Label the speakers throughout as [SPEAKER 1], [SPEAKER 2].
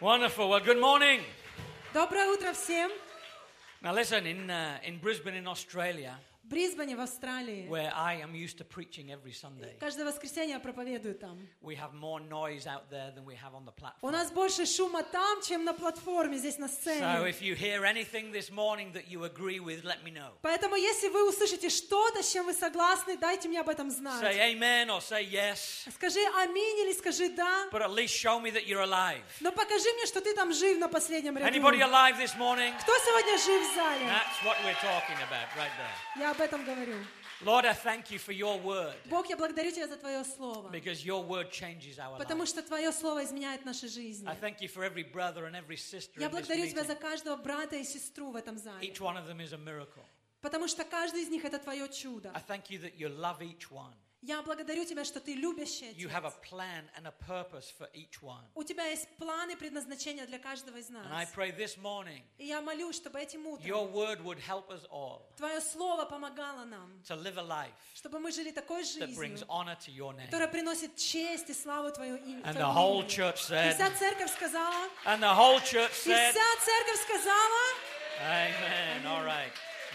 [SPEAKER 1] Wonderful. Well, good morning.
[SPEAKER 2] Доброе утро всем!
[SPEAKER 1] Now, listen, in, uh, in Brisbane, in Australia,
[SPEAKER 2] В Брисбене, в Австралии.
[SPEAKER 1] where I am used to preaching every Sunday,
[SPEAKER 2] Каждое воскресенье я проповедую там.
[SPEAKER 1] we have more noise out there than we have on the
[SPEAKER 2] У
[SPEAKER 1] platform.
[SPEAKER 2] нас больше шума там, чем на платформе, здесь на
[SPEAKER 1] So,
[SPEAKER 2] сцене.
[SPEAKER 1] if you hear anything this morning that you agree with, let me know.
[SPEAKER 2] Поэтому, если вы услышите что-то, с чем вы согласны, дайте мне об этом знать.
[SPEAKER 1] Say amen or say yes,
[SPEAKER 2] Скажи аминь или скажи да.
[SPEAKER 1] but at least show me that you're alive.
[SPEAKER 2] Но покажи мне, что ты там жив на последнем ряду.
[SPEAKER 1] Anybody alive this morning?
[SPEAKER 2] Кто сегодня жив в зале?
[SPEAKER 1] That's what we're talking about right there.
[SPEAKER 2] Я об этом говорю.
[SPEAKER 1] Lord, I thank you for your word
[SPEAKER 2] Бог, я благодарю Тебя за Твое Слово,
[SPEAKER 1] because your word changes our
[SPEAKER 2] потому
[SPEAKER 1] lives.
[SPEAKER 2] что Твое Слово изменяет наши жизни.
[SPEAKER 1] I thank you for every brother and every sister
[SPEAKER 2] Я
[SPEAKER 1] in this
[SPEAKER 2] благодарю Тебя
[SPEAKER 1] meeting.
[SPEAKER 2] за каждого брата и сестру в этом зале,
[SPEAKER 1] Each one of them is a miracle.
[SPEAKER 2] потому что каждый из них — это Твое чудо.
[SPEAKER 1] I thank you that you love each one.
[SPEAKER 2] Я благодарю Тебя, что Ты любящий
[SPEAKER 1] You
[SPEAKER 2] Отец.
[SPEAKER 1] have a plan and a purpose for each one.
[SPEAKER 2] У Тебя есть планы, предназначения для каждого из
[SPEAKER 1] And I
[SPEAKER 2] нас.
[SPEAKER 1] pray this morning
[SPEAKER 2] И я молю, чтобы этим
[SPEAKER 1] your
[SPEAKER 2] утром
[SPEAKER 1] word would help us all
[SPEAKER 2] Твое Слово помогало нам,
[SPEAKER 1] to live a life
[SPEAKER 2] чтобы мы жили такой
[SPEAKER 1] that brings
[SPEAKER 2] жизнью,
[SPEAKER 1] honor to your name.
[SPEAKER 2] которая приносит честь и славу Твою имя.
[SPEAKER 1] And the whole church
[SPEAKER 2] И
[SPEAKER 1] said,
[SPEAKER 2] вся церковь сказала,
[SPEAKER 1] and the whole church
[SPEAKER 2] и
[SPEAKER 1] said,
[SPEAKER 2] вся церковь сказала,
[SPEAKER 1] Amen. All right.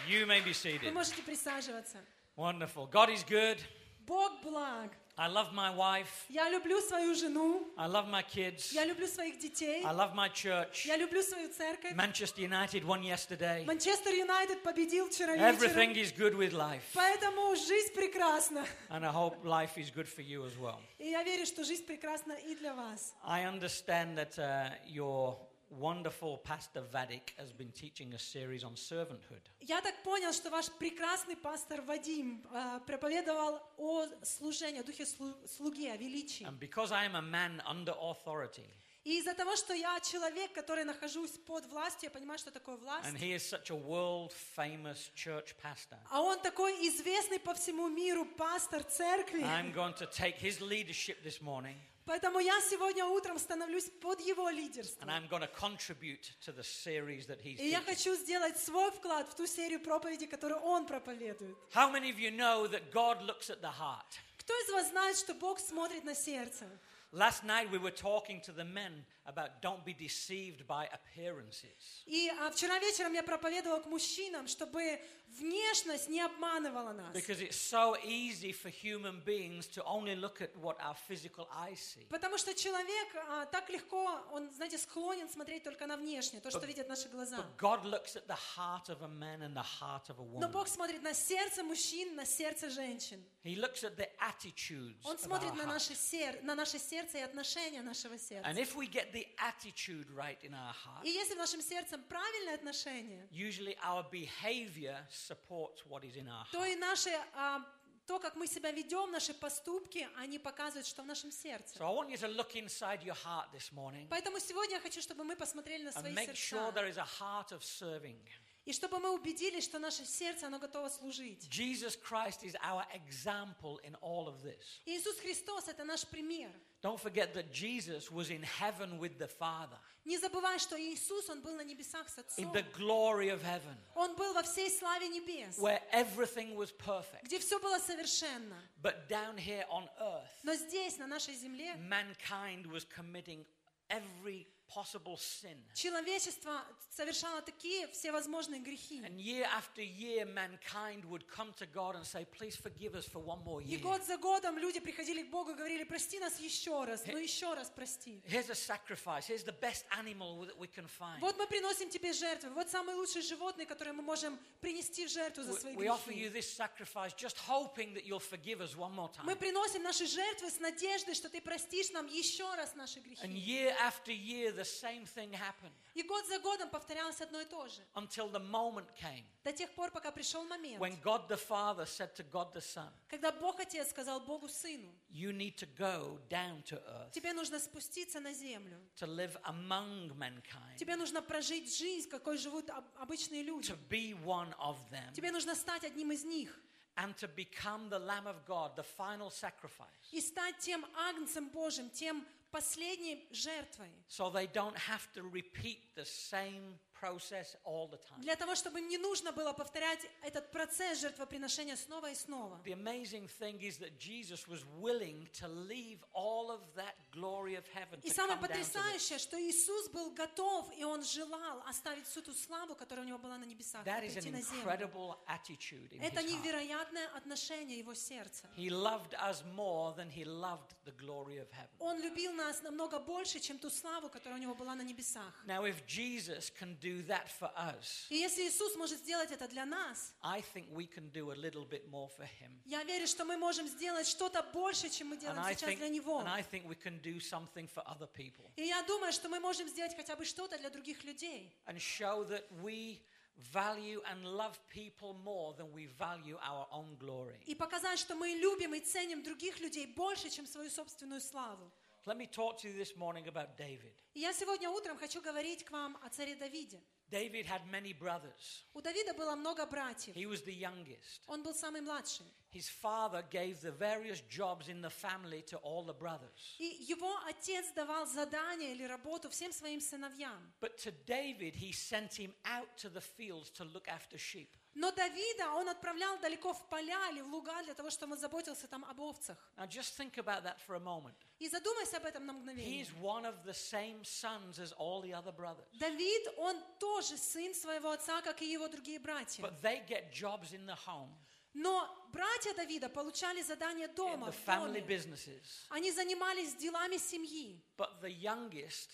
[SPEAKER 1] You may be
[SPEAKER 2] вы
[SPEAKER 1] seated.
[SPEAKER 2] можете присаживаться.
[SPEAKER 1] Wonderful. God is good.
[SPEAKER 2] Бог благ.
[SPEAKER 1] I love my wife.
[SPEAKER 2] Я люблю свою жену,
[SPEAKER 1] I love my kids.
[SPEAKER 2] я люблю своих детей,
[SPEAKER 1] I love my church.
[SPEAKER 2] я люблю свою церковь.
[SPEAKER 1] Manchester United won yesterday.
[SPEAKER 2] Манчестер Юнайтед победил вчера
[SPEAKER 1] Everything
[SPEAKER 2] вечером,
[SPEAKER 1] is good with life.
[SPEAKER 2] поэтому жизнь прекрасна.
[SPEAKER 1] And I hope life is good for you as well.
[SPEAKER 2] И я верю, что жизнь прекрасна и для вас.
[SPEAKER 1] I understand that uh, your wonderful Pastor Vadik has been teaching a series on servanthood.
[SPEAKER 2] Я так понял, что ваш прекрасный пастор Вадим э, проповедовал о служении, о духе слу- слуги, о величии.
[SPEAKER 1] And because I am a man under authority,
[SPEAKER 2] И из-за того, что я человек, который нахожусь под властью, я понимаю, что такое власть.
[SPEAKER 1] and he is such a world famous church pastor,
[SPEAKER 2] А он такой известный по всему миру пастор церкви.
[SPEAKER 1] I'm going to take his leadership this morning
[SPEAKER 2] Поэтому я сегодня утром становлюсь под его
[SPEAKER 1] and
[SPEAKER 2] лидерство.
[SPEAKER 1] I'm going to contribute to the series that he's
[SPEAKER 2] И я
[SPEAKER 1] teaching.
[SPEAKER 2] хочу сделать свой вклад в ту серию проповедей, которую он проповедует.
[SPEAKER 1] How many of you know that God looks at the heart?
[SPEAKER 2] Кто из вас знает, что Бог смотрит на сердце?
[SPEAKER 1] Last night we were talking to the men about don't be deceived by appearances.
[SPEAKER 2] И а, вчера вечером я проповедовала к мужчинам, чтобы внешность не обманывала нас.
[SPEAKER 1] Because it's so easy for human beings to only look at what our physical eyes see.
[SPEAKER 2] Потому что человек а, так легко, он, знаете, склонен смотреть только на внешнее, то, что видят наши глаза.
[SPEAKER 1] But God looks at the heart of a man and the heart of a
[SPEAKER 2] Но
[SPEAKER 1] woman.
[SPEAKER 2] Бог смотрит на сердце мужчин, на сердце женщин.
[SPEAKER 1] He looks at the attitudes
[SPEAKER 2] Он
[SPEAKER 1] of our
[SPEAKER 2] смотрит на
[SPEAKER 1] heart.
[SPEAKER 2] наше, сер... на наше сердце и отношения нашего
[SPEAKER 1] And
[SPEAKER 2] сердца.
[SPEAKER 1] if we get the attitude right in our heart,
[SPEAKER 2] И если в нашем сердце правильное отношение,
[SPEAKER 1] usually our behavior supports what is in our
[SPEAKER 2] то
[SPEAKER 1] heart.
[SPEAKER 2] и наши, а, то, как мы себя ведем, наши поступки, они показывают, что в нашем сердце.
[SPEAKER 1] So I want you to look inside your heart this morning
[SPEAKER 2] Поэтому сегодня я хочу, чтобы мы посмотрели на свои
[SPEAKER 1] and make sure
[SPEAKER 2] сердца.
[SPEAKER 1] there is a heart of serving.
[SPEAKER 2] И чтобы мы убедились, что наше сердце, оно готово служить.
[SPEAKER 1] Jesus Christ is our example in all of this.
[SPEAKER 2] И Иисус Христос — это наш пример.
[SPEAKER 1] Don't forget that Jesus was in heaven with the Father.
[SPEAKER 2] Не забывай, что Иисус, Он был на небесах с Отцом.
[SPEAKER 1] in the glory of heaven,
[SPEAKER 2] Он был во всей славе небес,
[SPEAKER 1] where everything was perfect.
[SPEAKER 2] где все было совершенно.
[SPEAKER 1] But down here on earth,
[SPEAKER 2] Но здесь, на нашей земле,
[SPEAKER 1] mankind was committing every possible sin.
[SPEAKER 2] человечество совершало такие всевозможные грехи.
[SPEAKER 1] And year after year, mankind would come to God and say, Please forgive us for one more
[SPEAKER 2] И
[SPEAKER 1] year.
[SPEAKER 2] год за годом люди приходили к Богу и говорили, прости нас еще раз, ну еще раз прости.
[SPEAKER 1] Here's a sacrifice. Here's the best animal that we can find.
[SPEAKER 2] Вот мы приносим тебе жертвы, вот самые лучшие животные, которые мы можем принести в жертву за
[SPEAKER 1] We-
[SPEAKER 2] свои
[SPEAKER 1] We offer you
[SPEAKER 2] грехи.
[SPEAKER 1] this sacrifice just hoping that you'll forgive us one more
[SPEAKER 2] Мы
[SPEAKER 1] time.
[SPEAKER 2] приносим наши жертвы с надеждой, что ты простишь нам еще раз наши
[SPEAKER 1] And
[SPEAKER 2] грехи.
[SPEAKER 1] year after year, the same thing happened
[SPEAKER 2] И год за годом повторялось одно и то же.
[SPEAKER 1] until the moment came
[SPEAKER 2] До тех пор, пока пришел момент,
[SPEAKER 1] when God the Father said to God the Son,
[SPEAKER 2] когда Бог Отец сказал Богу Сыну,
[SPEAKER 1] You need to go down to earth
[SPEAKER 2] тебе нужно спуститься на землю,
[SPEAKER 1] to live among mankind,
[SPEAKER 2] тебе нужно прожить жизнь, какой живут об- обычные люди,
[SPEAKER 1] to be one of them,
[SPEAKER 2] тебе нужно стать одним из них
[SPEAKER 1] and to become the Lamb of God, the final sacrifice.
[SPEAKER 2] и стать тем Агнцем Божьим, тем последней жертвой,
[SPEAKER 1] So they don't have to repeat the same process all the time.
[SPEAKER 2] Для того, чтобы им не нужно было повторять этот процесс жертвоприношения снова и снова.
[SPEAKER 1] The amazing thing is that Jesus was willing to leave all of that glory of heaven
[SPEAKER 2] И
[SPEAKER 1] to
[SPEAKER 2] самое
[SPEAKER 1] come down to this.
[SPEAKER 2] потрясающее, что Иисус был готов, и Он желал оставить всю ту славу, которая у Него была на небесах, и
[SPEAKER 1] That is
[SPEAKER 2] прийти
[SPEAKER 1] an
[SPEAKER 2] на землю.
[SPEAKER 1] incredible attitude in
[SPEAKER 2] Это
[SPEAKER 1] his heart.
[SPEAKER 2] невероятное отношение Его сердца.
[SPEAKER 1] He loved us more than he loved the glory of heaven.
[SPEAKER 2] Он любил нас намного больше, чем ту славу, которая у Него была на небесах.
[SPEAKER 1] Now, if Jesus can do that for us,
[SPEAKER 2] И если Иисус может сделать это для нас,
[SPEAKER 1] I think we can do a little bit more for him.
[SPEAKER 2] я верю, что мы можем сделать что-то больше, чем мы
[SPEAKER 1] And
[SPEAKER 2] делаем
[SPEAKER 1] I,
[SPEAKER 2] сейчас
[SPEAKER 1] think,
[SPEAKER 2] для Него.
[SPEAKER 1] and I think we can do something for other people
[SPEAKER 2] И я думаю, что мы можем сделать хотя бы что-то для других людей.
[SPEAKER 1] and show that we value and love people more than we value our own glory.
[SPEAKER 2] И показать, что мы любим и ценим других людей больше, чем свою собственную славу.
[SPEAKER 1] Let me talk to you this morning about David.
[SPEAKER 2] И я сегодня утром хочу говорить к вам о царе Давиде.
[SPEAKER 1] David had many brothers,
[SPEAKER 2] У Давида было много братьев.
[SPEAKER 1] he was the youngest.
[SPEAKER 2] Он был самый младший.
[SPEAKER 1] His father gave the various jobs in the family to all the brothers.
[SPEAKER 2] И его отец давал задание или работу всем своим сыновьям.
[SPEAKER 1] But to David, he sent him out to the fields to look after sheep.
[SPEAKER 2] Но Давида он отправлял далеко в поля или в луга для того, чтобы он заботился там об овцах.
[SPEAKER 1] Now, just think about that for a moment.
[SPEAKER 2] И задумайся об этом на мгновение.
[SPEAKER 1] He's one of the same sons as all the other brothers.
[SPEAKER 2] Давид, он тоже сын своего отца, как и его другие братья.
[SPEAKER 1] But they get jobs in the home,
[SPEAKER 2] Но братья Давида получали задание
[SPEAKER 1] in
[SPEAKER 2] дома,
[SPEAKER 1] the
[SPEAKER 2] в
[SPEAKER 1] family
[SPEAKER 2] доме.
[SPEAKER 1] businesses.
[SPEAKER 2] Они занимались делами семьи.
[SPEAKER 1] But the youngest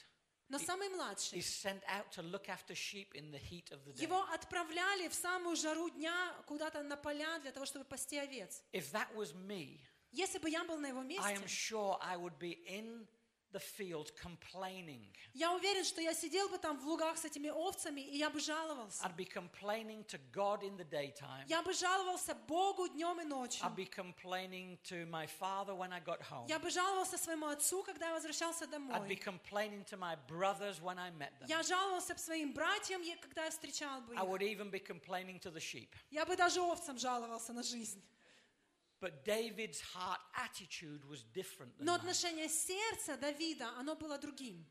[SPEAKER 2] Но самый младший,
[SPEAKER 1] is sent out to look after sheep in the heat of the day.
[SPEAKER 2] его отправляли в самую жару дня куда-то на поля для того, чтобы пасти овец.
[SPEAKER 1] If that was me,
[SPEAKER 2] Если бы я был на его
[SPEAKER 1] I am
[SPEAKER 2] месте,
[SPEAKER 1] sure I would be in the field complaining.
[SPEAKER 2] я уверен, что я сидел бы там в лугах с этими овцами, и я бы жаловался.
[SPEAKER 1] I'd be complaining to God in the daytime.
[SPEAKER 2] Я бы жаловался Богу днем и ночью.
[SPEAKER 1] I'd be complaining to my father when I got home.
[SPEAKER 2] Я бы жаловался своему отцу, когда я возвращался
[SPEAKER 1] I'd be
[SPEAKER 2] домой.
[SPEAKER 1] complaining to my brothers when I met them.
[SPEAKER 2] Я жаловался б своим братьям, е- когда я встречал бы
[SPEAKER 1] I
[SPEAKER 2] их.
[SPEAKER 1] would even be complaining to the sheep.
[SPEAKER 2] Я бы даже овцам жаловался на жизнь.
[SPEAKER 1] But David's heart attitude was different than
[SPEAKER 2] Но
[SPEAKER 1] mine.
[SPEAKER 2] отношение сердца Давида, оно было другим.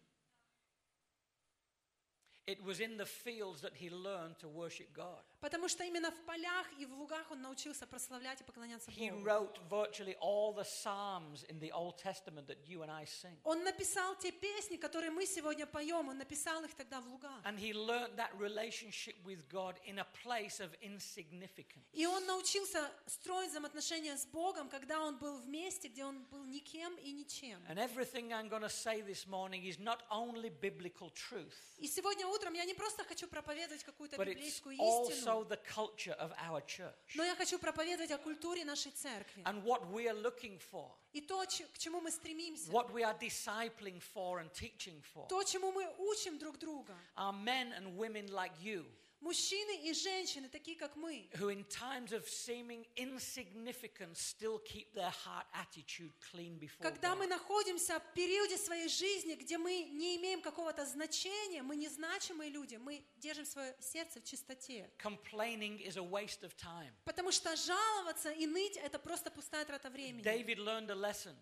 [SPEAKER 1] It was in the fields that he learned to worship God.
[SPEAKER 2] Потому что именно в полях и в лугах он научился прославлять и поклоняться
[SPEAKER 1] He
[SPEAKER 2] Богу.
[SPEAKER 1] wrote virtually all the psalms in the Old Testament that you and I sing.
[SPEAKER 2] Он написал те песни, которые мы сегодня поем, он написал их тогда в лугах.
[SPEAKER 1] And he learned that relationship with God in a place of insignificance.
[SPEAKER 2] И он научился строить взаимоотношения с Богом, когда он был в месте, где он был никем и ничем.
[SPEAKER 1] And everything I'm going to say this morning is not only biblical truth,
[SPEAKER 2] И сегодня утром я не просто хочу проповедовать какую-то
[SPEAKER 1] but it's
[SPEAKER 2] библейскую
[SPEAKER 1] also
[SPEAKER 2] истину,
[SPEAKER 1] the culture of our church
[SPEAKER 2] но я хочу проповедовать о культуре нашей церкви
[SPEAKER 1] and what we are looking for,
[SPEAKER 2] и то, ч- к чему мы стремимся,
[SPEAKER 1] what we are discipling for and teaching for.
[SPEAKER 2] то, чему мы учим друг друга.
[SPEAKER 1] Are men and women like you
[SPEAKER 2] Мужчины и женщины, такие как мы,
[SPEAKER 1] who, in times of seeming insignificance, still keep their heart attitude clean before
[SPEAKER 2] Когда мы
[SPEAKER 1] God.
[SPEAKER 2] находимся в периоде своей жизни, где мы не имеем какого-то значения, мы незначимые люди, мы держим свое сердце в чистоте.
[SPEAKER 1] Complaining is a waste of time.
[SPEAKER 2] Потому что жаловаться и ныть – это просто пустая трата времени.
[SPEAKER 1] David learned a lesson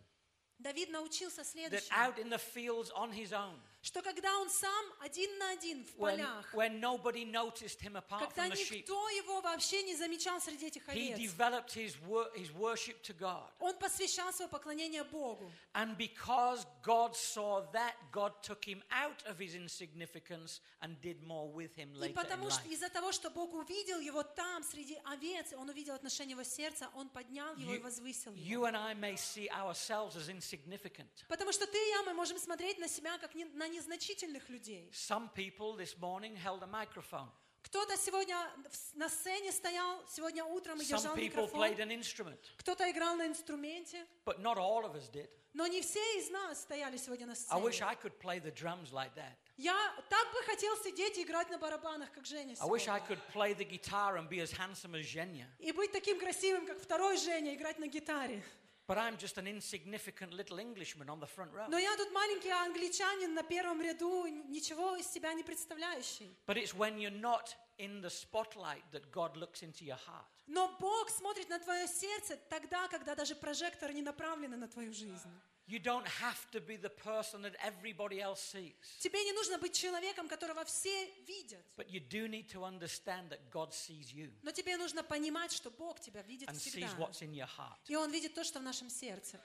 [SPEAKER 2] Давид научился
[SPEAKER 1] that
[SPEAKER 2] следующему,
[SPEAKER 1] out in the fields on his own,
[SPEAKER 2] что когда он сам один на один в
[SPEAKER 1] when,
[SPEAKER 2] полях,
[SPEAKER 1] when nobody noticed him apart
[SPEAKER 2] когда
[SPEAKER 1] from the sheep,
[SPEAKER 2] никто его вообще не замечал среди этих
[SPEAKER 1] he
[SPEAKER 2] овец,
[SPEAKER 1] developed his, wor- his worship to God.
[SPEAKER 2] он посвящал свое поклонение Богу.
[SPEAKER 1] And because God saw that, God took him out of his insignificance and did more with him
[SPEAKER 2] И
[SPEAKER 1] later in
[SPEAKER 2] потому что
[SPEAKER 1] life.
[SPEAKER 2] из-за того, что Бог увидел его там, среди овец, он увидел отношение его сердца, он поднял его и возвысил его.
[SPEAKER 1] you and I may see ourselves as insignificant.
[SPEAKER 2] Потому что ты и я, мы можем смотреть на себя как не- на незначительных людей.
[SPEAKER 1] Some people this morning held a microphone.
[SPEAKER 2] Кто-то сегодня в с- на сцене стоял, сегодня утром и
[SPEAKER 1] Some
[SPEAKER 2] держал
[SPEAKER 1] people played
[SPEAKER 2] микрофон.
[SPEAKER 1] an instrument,
[SPEAKER 2] Кто-то играл на инструменте,
[SPEAKER 1] but not all of us did.
[SPEAKER 2] но не все из нас стояли сегодня на
[SPEAKER 1] I wish
[SPEAKER 2] сцене.
[SPEAKER 1] I could play the drums like that.
[SPEAKER 2] Я так бы хотел сидеть и играть на барабанах, как Женя
[SPEAKER 1] I wish I
[SPEAKER 2] сегодня.
[SPEAKER 1] could play the guitar and be as handsome as Zhenya.
[SPEAKER 2] И быть таким красивым, как второй Женя, играть на гитаре.
[SPEAKER 1] But I'm just an insignificant little Englishman on the front row.
[SPEAKER 2] Но я тут маленький англичанин на первом ряду, н- ничего из себя не представляющий.
[SPEAKER 1] But it's when you're not in the spotlight that God looks into your heart.
[SPEAKER 2] Но Бог смотрит на твое сердце тогда, когда даже прожектор не направлены на твою жизнь.
[SPEAKER 1] You don't have to be the person that everybody else sees,
[SPEAKER 2] Тебе не нужно быть человеком, которого все видят.
[SPEAKER 1] but you do need to understand that God sees you
[SPEAKER 2] Но тебе нужно понимать, что Бог тебя видит
[SPEAKER 1] and sees
[SPEAKER 2] всегда.
[SPEAKER 1] what's in your heart.
[SPEAKER 2] И Он видит то, что в нашем сердце.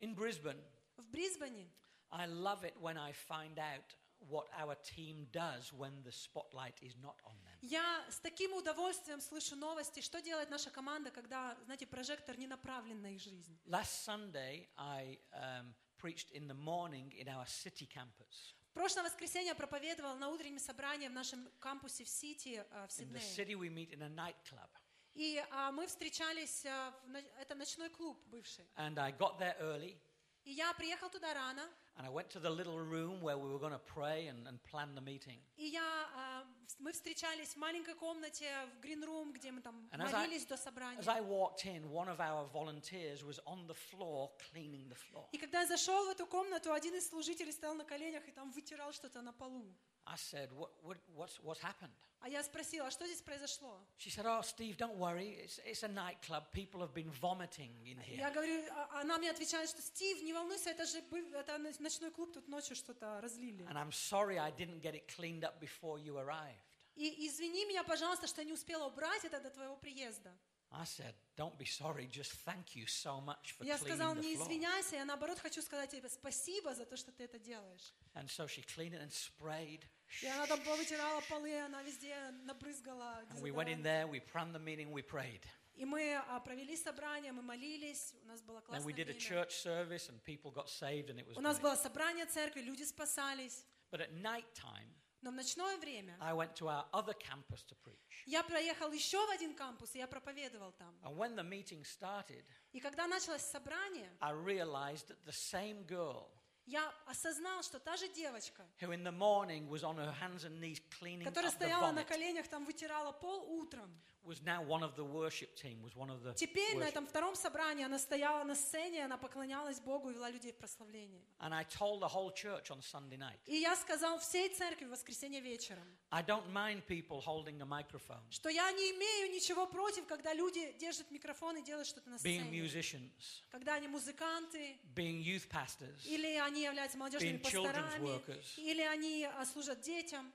[SPEAKER 1] In Brisbane,
[SPEAKER 2] В Брисбене
[SPEAKER 1] I love it when I find out what our team does when the spotlight is not on them.
[SPEAKER 2] я с таким удовольствием слышу новости, что делает наша команда, когда, знаете, прожектор не направлен на их жизнь.
[SPEAKER 1] Last Sunday, I um, preached in the morning in our city campus.
[SPEAKER 2] Прошлое воскресенье я проповедовал на утреннем собрании в нашем кампусе в Сити, э, в
[SPEAKER 1] In the
[SPEAKER 2] Сиднее.
[SPEAKER 1] city, we meet in a nightclub.
[SPEAKER 2] И а, мы встречались, э, в ноч- это ночной клуб бывший.
[SPEAKER 1] And I got there early,
[SPEAKER 2] И я приехал туда рано,
[SPEAKER 1] and I went to the little room where we were going to pray and, and plan the meeting.
[SPEAKER 2] и я, а, вс- мы встречались в маленькой комнате в гринрум, где мы там
[SPEAKER 1] And as I-
[SPEAKER 2] молились до собрания.
[SPEAKER 1] As I walked in, one of our volunteers was on the floor cleaning the floor.
[SPEAKER 2] И когда я зашел в эту комнату, один из служителей стоял на коленях и там вытирал что-то на полу.
[SPEAKER 1] I said, what, what, what's, what's happened?
[SPEAKER 2] А я спросила, а что здесь произошло?
[SPEAKER 1] She said, Oh, Steve, don't worry. It's, it's a nightclub. People have been vomiting in here.
[SPEAKER 2] Я говорю, а- она мне отвечает, что Стив, не волнуйся, это же был- это ноч- ночной клуб, тут ночью что-то разлили.
[SPEAKER 1] And I'm sorry I didn't get it cleaned up before you arrived.
[SPEAKER 2] И извини меня, пожалуйста, что я не успела убрать это до твоего приезда.
[SPEAKER 1] I said, Don't be sorry. Just thank you so much for
[SPEAKER 2] Я сказал,
[SPEAKER 1] cleaning
[SPEAKER 2] не
[SPEAKER 1] the floor.
[SPEAKER 2] извиняйся, я наоборот хочу сказать тебе спасибо за то, что ты это делаешь.
[SPEAKER 1] And so she cleaned it and sprayed.
[SPEAKER 2] И она там повытирала полы, она везде набрызгала.
[SPEAKER 1] And we went in
[SPEAKER 2] дезодорант.
[SPEAKER 1] there, we planned the meeting, we prayed.
[SPEAKER 2] И мы а, провели собрание, мы молились, у нас было
[SPEAKER 1] And
[SPEAKER 2] классное
[SPEAKER 1] we did a
[SPEAKER 2] время.
[SPEAKER 1] church service, and people got saved, and it was
[SPEAKER 2] У нас
[SPEAKER 1] great.
[SPEAKER 2] было собрание церкви, люди спасались.
[SPEAKER 1] But at night time,
[SPEAKER 2] Но в ночное время
[SPEAKER 1] I went to our other campus to preach.
[SPEAKER 2] я проехал еще в один кампус, и я проповедовал там.
[SPEAKER 1] And when the meeting started,
[SPEAKER 2] И когда началось собрание,
[SPEAKER 1] I realized that the same girl
[SPEAKER 2] я осознал, что та же девочка,
[SPEAKER 1] who in the morning was on her hands and knees cleaning up
[SPEAKER 2] которая
[SPEAKER 1] the
[SPEAKER 2] стояла на
[SPEAKER 1] vomit,
[SPEAKER 2] коленях, там вытирала пол утром,
[SPEAKER 1] was now one of the worship team, was one of the
[SPEAKER 2] теперь на
[SPEAKER 1] worship-
[SPEAKER 2] этом втором собрании она стояла на сцене, она поклонялась Богу и вела людей в прославление.
[SPEAKER 1] And I told the whole church on Sunday night,
[SPEAKER 2] И я сказал всей церкви в воскресенье вечером,
[SPEAKER 1] I don't mind people holding a microphone,
[SPEAKER 2] что я не имею ничего против, когда люди держат микрофон и делают что-то на
[SPEAKER 1] being
[SPEAKER 2] сцене.
[SPEAKER 1] musicians,
[SPEAKER 2] Когда они музыканты,
[SPEAKER 1] being youth pastors,
[SPEAKER 2] или они являются молодежными
[SPEAKER 1] Being children's
[SPEAKER 2] пасторами,
[SPEAKER 1] workers.
[SPEAKER 2] или они а, служат детям.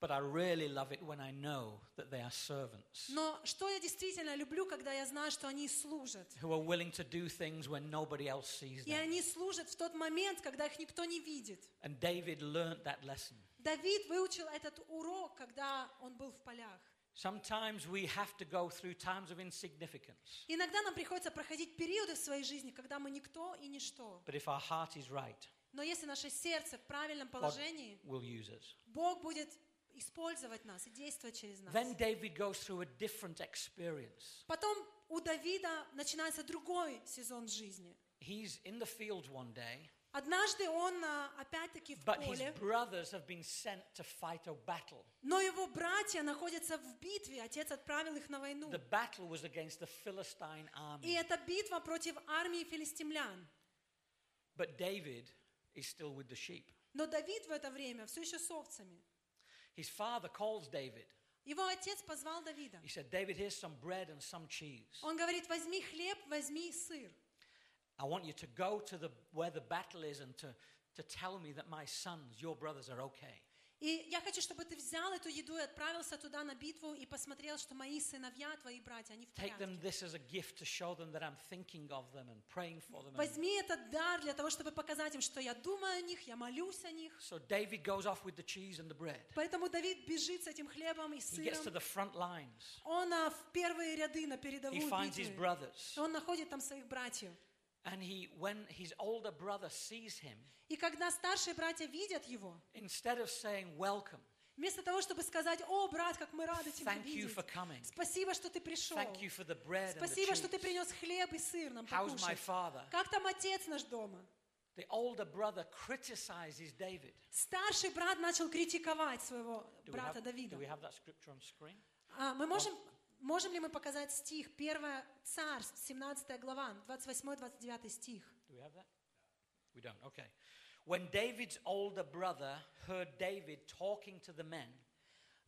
[SPEAKER 1] but I really love it when I know that they are servants
[SPEAKER 2] Но что я действительно люблю, когда я знаю, что они служат.
[SPEAKER 1] who are willing to do things when nobody else sees
[SPEAKER 2] И
[SPEAKER 1] them.
[SPEAKER 2] они служат в тот момент, когда их никто не видит.
[SPEAKER 1] And David learnt that lesson.
[SPEAKER 2] Давид выучил этот урок, когда он был в полях.
[SPEAKER 1] Sometimes we have to go through times of insignificance,
[SPEAKER 2] Иногда нам приходится проходить периоды в своей жизни, когда мы никто и ничто.
[SPEAKER 1] but if our heart is right,
[SPEAKER 2] Но если наше сердце в правильном
[SPEAKER 1] God
[SPEAKER 2] положении,
[SPEAKER 1] will use us.
[SPEAKER 2] Бог будет использовать нас и действовать через нас.
[SPEAKER 1] Then David goes through a different experience.
[SPEAKER 2] Потом у Давида начинается другой сезон жизни.
[SPEAKER 1] He's in the field one day,
[SPEAKER 2] Однажды он а, опять-таки в
[SPEAKER 1] but his
[SPEAKER 2] поле,
[SPEAKER 1] brothers have been sent to fight a battle.
[SPEAKER 2] но его братья находятся в битве, отец отправил их на войну.
[SPEAKER 1] The battle was against the Philistine
[SPEAKER 2] И
[SPEAKER 1] army,
[SPEAKER 2] это битва против армии филистимлян.
[SPEAKER 1] but David is still with the sheep.
[SPEAKER 2] Но Давид в это время все еще с овцами.
[SPEAKER 1] His father calls David.
[SPEAKER 2] Его отец позвал Давида.
[SPEAKER 1] He said, David, here's some bread and some cheese.
[SPEAKER 2] Он говорит, возьми хлеб, возьми сыр.
[SPEAKER 1] I want you to go to the, where the battle is and to, to tell me that my sons, your brothers, are okay.
[SPEAKER 2] И я хочу, чтобы ты взял эту еду и отправился туда на битву и посмотрел, что мои сыновья, твои братья, они в
[SPEAKER 1] Take them
[SPEAKER 2] порядке.
[SPEAKER 1] this as a gift to show them that I'm thinking of them and praying for them. And
[SPEAKER 2] Возьми этот дар для того, чтобы показать им, что я думаю о них, я молюсь о них.
[SPEAKER 1] so David goes off with the cheese and the bread.
[SPEAKER 2] Поэтому Давид бежит с этим хлебом и
[SPEAKER 1] He gets to
[SPEAKER 2] сыром.
[SPEAKER 1] the front lines.
[SPEAKER 2] Он а, в первые ряды на передовую
[SPEAKER 1] He finds his
[SPEAKER 2] битвы.
[SPEAKER 1] brothers.
[SPEAKER 2] Он находит там своих братьев.
[SPEAKER 1] And he, when his older brother sees him,
[SPEAKER 2] И когда старшие братья видят его,
[SPEAKER 1] instead of saying, Welcome,
[SPEAKER 2] вместо того, чтобы сказать, о, брат, как мы рады тебя
[SPEAKER 1] thank you
[SPEAKER 2] видеть.
[SPEAKER 1] for coming,
[SPEAKER 2] Спасибо, что ты пришел.
[SPEAKER 1] thank you for the bread and the
[SPEAKER 2] Спасибо, что ты
[SPEAKER 1] cheese,
[SPEAKER 2] принес хлеб и сыр нам
[SPEAKER 1] how's my
[SPEAKER 2] покушать.
[SPEAKER 1] father?
[SPEAKER 2] Как там отец наш дома?
[SPEAKER 1] The older brother criticizes David.
[SPEAKER 2] Старший брат начал критиковать
[SPEAKER 1] Do
[SPEAKER 2] своего
[SPEAKER 1] we, have,
[SPEAKER 2] брата Давида.
[SPEAKER 1] do we have that scripture on screen?
[SPEAKER 2] А, мы можем, можем ли мы показать стих? 1 Царств, 17 глава, 28-29 стих.
[SPEAKER 1] Do we have that? We don't. Okay. When David's older brother heard David talking to the men,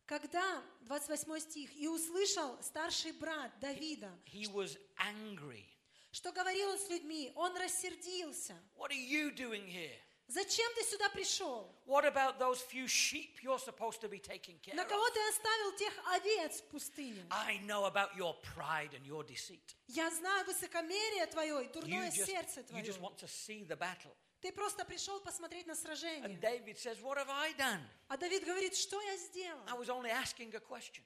[SPEAKER 2] Когда, 28 стих, и услышал старший брат Давида,
[SPEAKER 1] He was angry.
[SPEAKER 2] что говорил он с людьми, он рассердился.
[SPEAKER 1] What are you doing here?
[SPEAKER 2] Зачем ты сюда пришел?
[SPEAKER 1] What about those few sheep you're supposed to be taking care
[SPEAKER 2] На
[SPEAKER 1] of?
[SPEAKER 2] кого ты оставил тех овец в пустыне?
[SPEAKER 1] I know about your pride and your deceit.
[SPEAKER 2] Я знаю высокомерие твое и
[SPEAKER 1] You
[SPEAKER 2] дурное
[SPEAKER 1] just,
[SPEAKER 2] сердце
[SPEAKER 1] you
[SPEAKER 2] твое.
[SPEAKER 1] just want to see the battle.
[SPEAKER 2] Ты просто пришел посмотреть на
[SPEAKER 1] And
[SPEAKER 2] сражение.
[SPEAKER 1] David says, What have I done?
[SPEAKER 2] А Давид говорит, что я
[SPEAKER 1] I
[SPEAKER 2] сделал?
[SPEAKER 1] was only asking a question.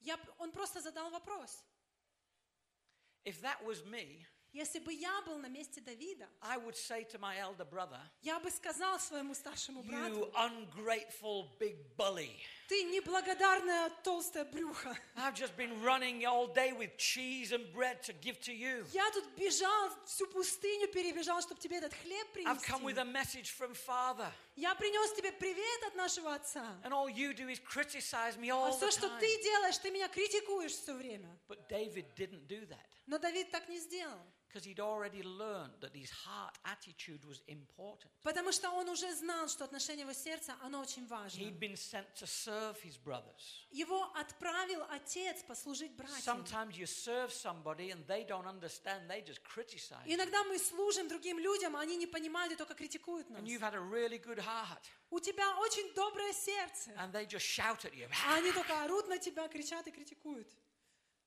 [SPEAKER 2] Я, п- он просто задал вопрос.
[SPEAKER 1] If that was me,
[SPEAKER 2] Если бы я был на месте Давида,
[SPEAKER 1] I would say to my elder brother,
[SPEAKER 2] я бы сказал своему старшему брату,
[SPEAKER 1] You ungrateful big bully.
[SPEAKER 2] ты неблагодарная толстая брюха.
[SPEAKER 1] I've just been running all day with cheese and bread to give to you.
[SPEAKER 2] Я тут бежал, всю пустыню перебежал, чтобы тебе этот хлеб
[SPEAKER 1] I've come with
[SPEAKER 2] принести.
[SPEAKER 1] a message from Father,
[SPEAKER 2] Я принес тебе привет от нашего отца.
[SPEAKER 1] and all you do is criticize me
[SPEAKER 2] А
[SPEAKER 1] all the
[SPEAKER 2] все, что
[SPEAKER 1] time.
[SPEAKER 2] ты делаешь, ты меня критикуешь все время.
[SPEAKER 1] But David didn't do that
[SPEAKER 2] Но Давид так не сделал.
[SPEAKER 1] because he'd already learned that his heart attitude was important.
[SPEAKER 2] Потому что он уже знал, что отношение его сердца, оно очень важно.
[SPEAKER 1] He'd been sent to serve his brothers.
[SPEAKER 2] Его отправил отец послужить братьям.
[SPEAKER 1] Sometimes you serve somebody and they don't understand, they just criticize. you.
[SPEAKER 2] Иногда мы служим другим людям, а они не понимают и только критикуют нас.
[SPEAKER 1] And you've had a really good heart,
[SPEAKER 2] У тебя очень доброе сердце.
[SPEAKER 1] and they just shout at you.
[SPEAKER 2] А они только орут на тебя, кричат и критикуют.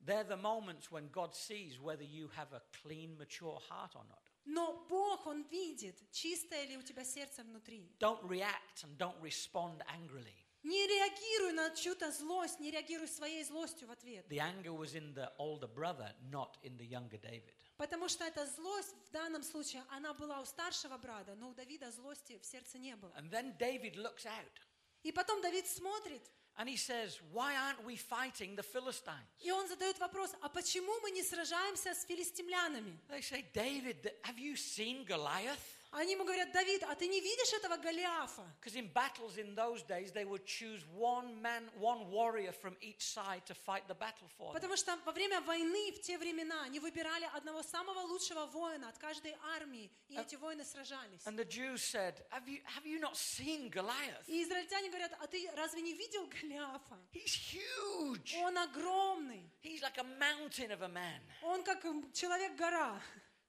[SPEAKER 1] They're the moments when God sees whether you have a clean, mature heart or not.
[SPEAKER 2] Но Бог, Он видит, чистое ли у тебя сердце внутри.
[SPEAKER 1] Don't react and don't respond angrily.
[SPEAKER 2] Не реагируй на чью-то злость, не реагируй своей злостью в ответ.
[SPEAKER 1] The anger was in the older brother, not in the younger David.
[SPEAKER 2] Потому что эта злость в данном случае, она была у старшего брата, но у Давида злости в сердце не было.
[SPEAKER 1] And then David looks out
[SPEAKER 2] И потом Давид смотрит,
[SPEAKER 1] and he says, Why aren't we fighting the Philistines?
[SPEAKER 2] и он задает вопрос, а почему мы не сражаемся с филистимлянами?
[SPEAKER 1] They say, David, th- have you seen Goliath?
[SPEAKER 2] Они ему говорят, Давид, а ты не видишь этого Голиафа?
[SPEAKER 1] Because in battles in those days, they would choose one man, one warrior from each side to fight the battle for them.
[SPEAKER 2] Потому что во время войны в те времена они выбирали одного самого лучшего воина от каждой армии, и
[SPEAKER 1] А
[SPEAKER 2] эти воины сражались.
[SPEAKER 1] And the Jews said, Have you, have you not seen Goliath?
[SPEAKER 2] И израильтяне говорят, а ты разве не видел Голиафа?
[SPEAKER 1] He's huge.
[SPEAKER 2] Он огромный,
[SPEAKER 1] He's like a mountain of a man.
[SPEAKER 2] он как м, человек-гора.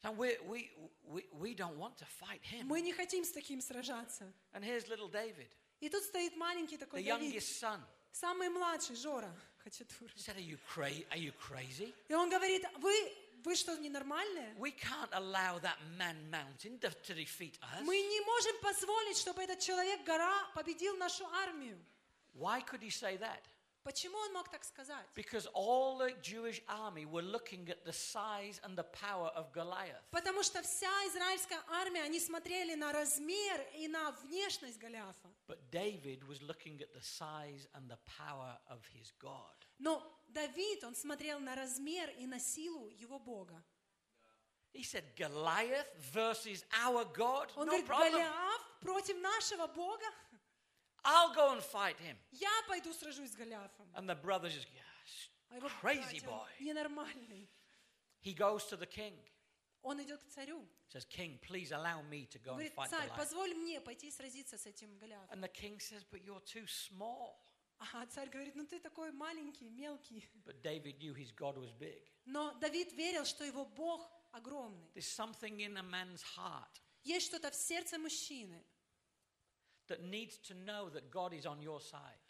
[SPEAKER 1] And we, we, we, we don't want to fight him.
[SPEAKER 2] Мы не хотим с таким сражаться.
[SPEAKER 1] And here's little David,
[SPEAKER 2] И тут стоит маленький
[SPEAKER 1] the
[SPEAKER 2] такой Давид,
[SPEAKER 1] youngest son.
[SPEAKER 2] самый младший, Жора Хачатур.
[SPEAKER 1] said, Are you, cra- are you crazy?
[SPEAKER 2] И он говорит, вы, вы что, ненормальные?
[SPEAKER 1] We can't allow that man mountain to, to defeat us.
[SPEAKER 2] Мы не можем позволить, чтобы этот человек-гора победил нашу армию.
[SPEAKER 1] Why could he say that?
[SPEAKER 2] Почему он мог так сказать?
[SPEAKER 1] Because all the Jewish army were looking at the size and the power of Goliath.
[SPEAKER 2] Потому что вся израильская армия, они смотрели на размер и на внешность Голиафа.
[SPEAKER 1] But David was looking at the size and the power of his God.
[SPEAKER 2] Но Давид, он смотрел на размер и на силу его Бога.
[SPEAKER 1] He said, Goliath versus our God?
[SPEAKER 2] Он
[SPEAKER 1] no
[SPEAKER 2] говорит,
[SPEAKER 1] problem.
[SPEAKER 2] Голиаф против нашего Бога?
[SPEAKER 1] I'll go and fight him.
[SPEAKER 2] Я пойду сражусь с Голиафом.
[SPEAKER 1] And the brothers just, yes,
[SPEAKER 2] А его
[SPEAKER 1] crazy
[SPEAKER 2] братья,
[SPEAKER 1] boy.
[SPEAKER 2] он ненормальный.
[SPEAKER 1] He goes to the king,
[SPEAKER 2] Он идет к царю.
[SPEAKER 1] says, King, please allow me to go and
[SPEAKER 2] Говорит,
[SPEAKER 1] fight
[SPEAKER 2] царь,
[SPEAKER 1] Goliath.
[SPEAKER 2] позволь мне пойти сразиться с этим Голиафом.
[SPEAKER 1] And the king says, But you're too small.
[SPEAKER 2] А царь говорит, ну ты такой маленький, мелкий.
[SPEAKER 1] But David knew his God was big.
[SPEAKER 2] Но Давид верил, что его Бог огромный.
[SPEAKER 1] There's something in a man's heart
[SPEAKER 2] Есть что-то в сердце мужчины,
[SPEAKER 1] that needs to know that God is on your side.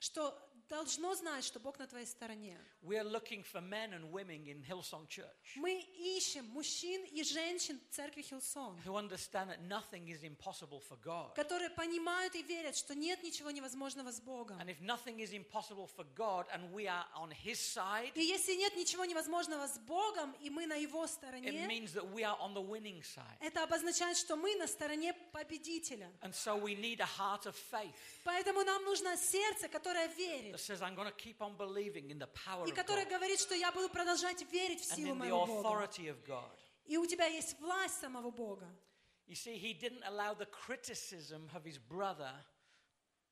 [SPEAKER 2] что должно знать, что Бог на твоей стороне.
[SPEAKER 1] We're looking for men and women in Hillsong Church
[SPEAKER 2] Мы ищем мужчин и женщин в церкви Хилсон,
[SPEAKER 1] who understand that nothing is impossible for God.
[SPEAKER 2] которые понимают и верят, что нет ничего невозможного с Богом.
[SPEAKER 1] And if nothing is impossible for God and we are on his side,
[SPEAKER 2] И если нет ничего невозможного с Богом, и мы на Его
[SPEAKER 1] it
[SPEAKER 2] стороне,
[SPEAKER 1] means that we are on the winning side.
[SPEAKER 2] это обозначает, что мы на стороне победителя.
[SPEAKER 1] And so we need a heart of faith
[SPEAKER 2] Поэтому нам нужно сердце, которое верит,
[SPEAKER 1] that says, I'm going to keep on believing in the power
[SPEAKER 2] и
[SPEAKER 1] of
[SPEAKER 2] которое
[SPEAKER 1] God
[SPEAKER 2] говорит, что я буду продолжать верить в
[SPEAKER 1] and
[SPEAKER 2] силу
[SPEAKER 1] in the
[SPEAKER 2] моего Бога.
[SPEAKER 1] authority of God.
[SPEAKER 2] И у тебя есть власть самого Бога.
[SPEAKER 1] You see, he didn't allow the criticism of his brother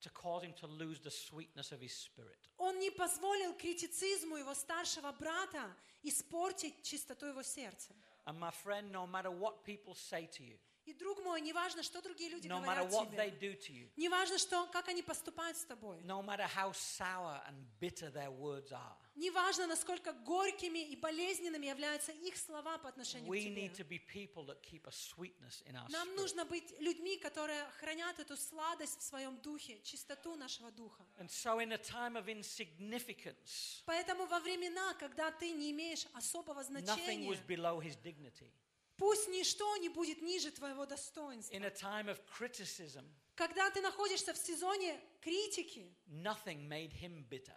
[SPEAKER 1] to cause him to lose the sweetness of his spirit.
[SPEAKER 2] Он не позволил критицизму его старшего брата испортить чистоту его сердца.
[SPEAKER 1] And my friend, no matter what people say to you,
[SPEAKER 2] И И, друг мой, неважно, что другие люди
[SPEAKER 1] no matter
[SPEAKER 2] говорят
[SPEAKER 1] what they
[SPEAKER 2] тебе,
[SPEAKER 1] do to you,
[SPEAKER 2] неважно, что, как они поступают с тобой,
[SPEAKER 1] no matter how sour and bitter their words are.
[SPEAKER 2] неважно, насколько горькими и болезненными являются их слова по отношению
[SPEAKER 1] We
[SPEAKER 2] к
[SPEAKER 1] need to be
[SPEAKER 2] тебе.
[SPEAKER 1] people that keep a sweetness in our
[SPEAKER 2] Нам
[SPEAKER 1] spirit.
[SPEAKER 2] нужно быть людьми, которые хранят эту сладость в своем духе, чистоту нашего духа.
[SPEAKER 1] And so, in a time of insignificance,
[SPEAKER 2] Поэтому во времена, когда ты не имеешь особого
[SPEAKER 1] nothing was
[SPEAKER 2] значения,
[SPEAKER 1] below his dignity.
[SPEAKER 2] пусть ничто не будет ниже твоего достоинства.
[SPEAKER 1] In a time of criticism,
[SPEAKER 2] Когда ты находишься в сезоне критики,
[SPEAKER 1] nothing made him bitter.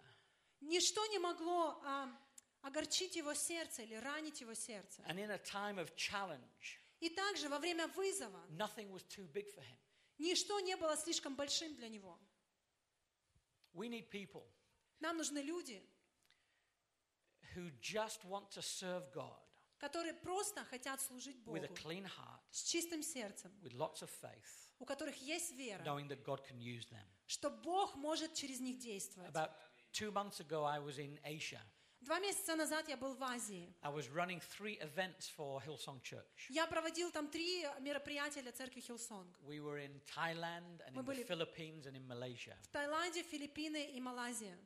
[SPEAKER 2] ничто не могло а, огорчить его сердце или ранить его сердце.
[SPEAKER 1] And in a time of challenge,
[SPEAKER 2] И также во время вызова
[SPEAKER 1] nothing was too big for him.
[SPEAKER 2] ничто не было слишком большим для него.
[SPEAKER 1] We need people
[SPEAKER 2] Нам нужны люди,
[SPEAKER 1] who just want to serve God
[SPEAKER 2] которые просто хотят служить
[SPEAKER 1] with
[SPEAKER 2] Богу
[SPEAKER 1] a clean heart,
[SPEAKER 2] с чистым сердцем,
[SPEAKER 1] with lots of faith,
[SPEAKER 2] у которых есть вера,
[SPEAKER 1] knowing that God can use them.
[SPEAKER 2] что Бог может через них действовать.
[SPEAKER 1] About two months ago, I was in Asia.
[SPEAKER 2] Два месяца назад я был в Азии.
[SPEAKER 1] I was running three events for Hillsong Church.
[SPEAKER 2] Я проводил там три мероприятия для церкви Хилсонг.
[SPEAKER 1] We were in Thailand and in the
[SPEAKER 2] Мы были-
[SPEAKER 1] Philippines and in Malaysia.
[SPEAKER 2] В Таиланде, Филиппины и Малайзия.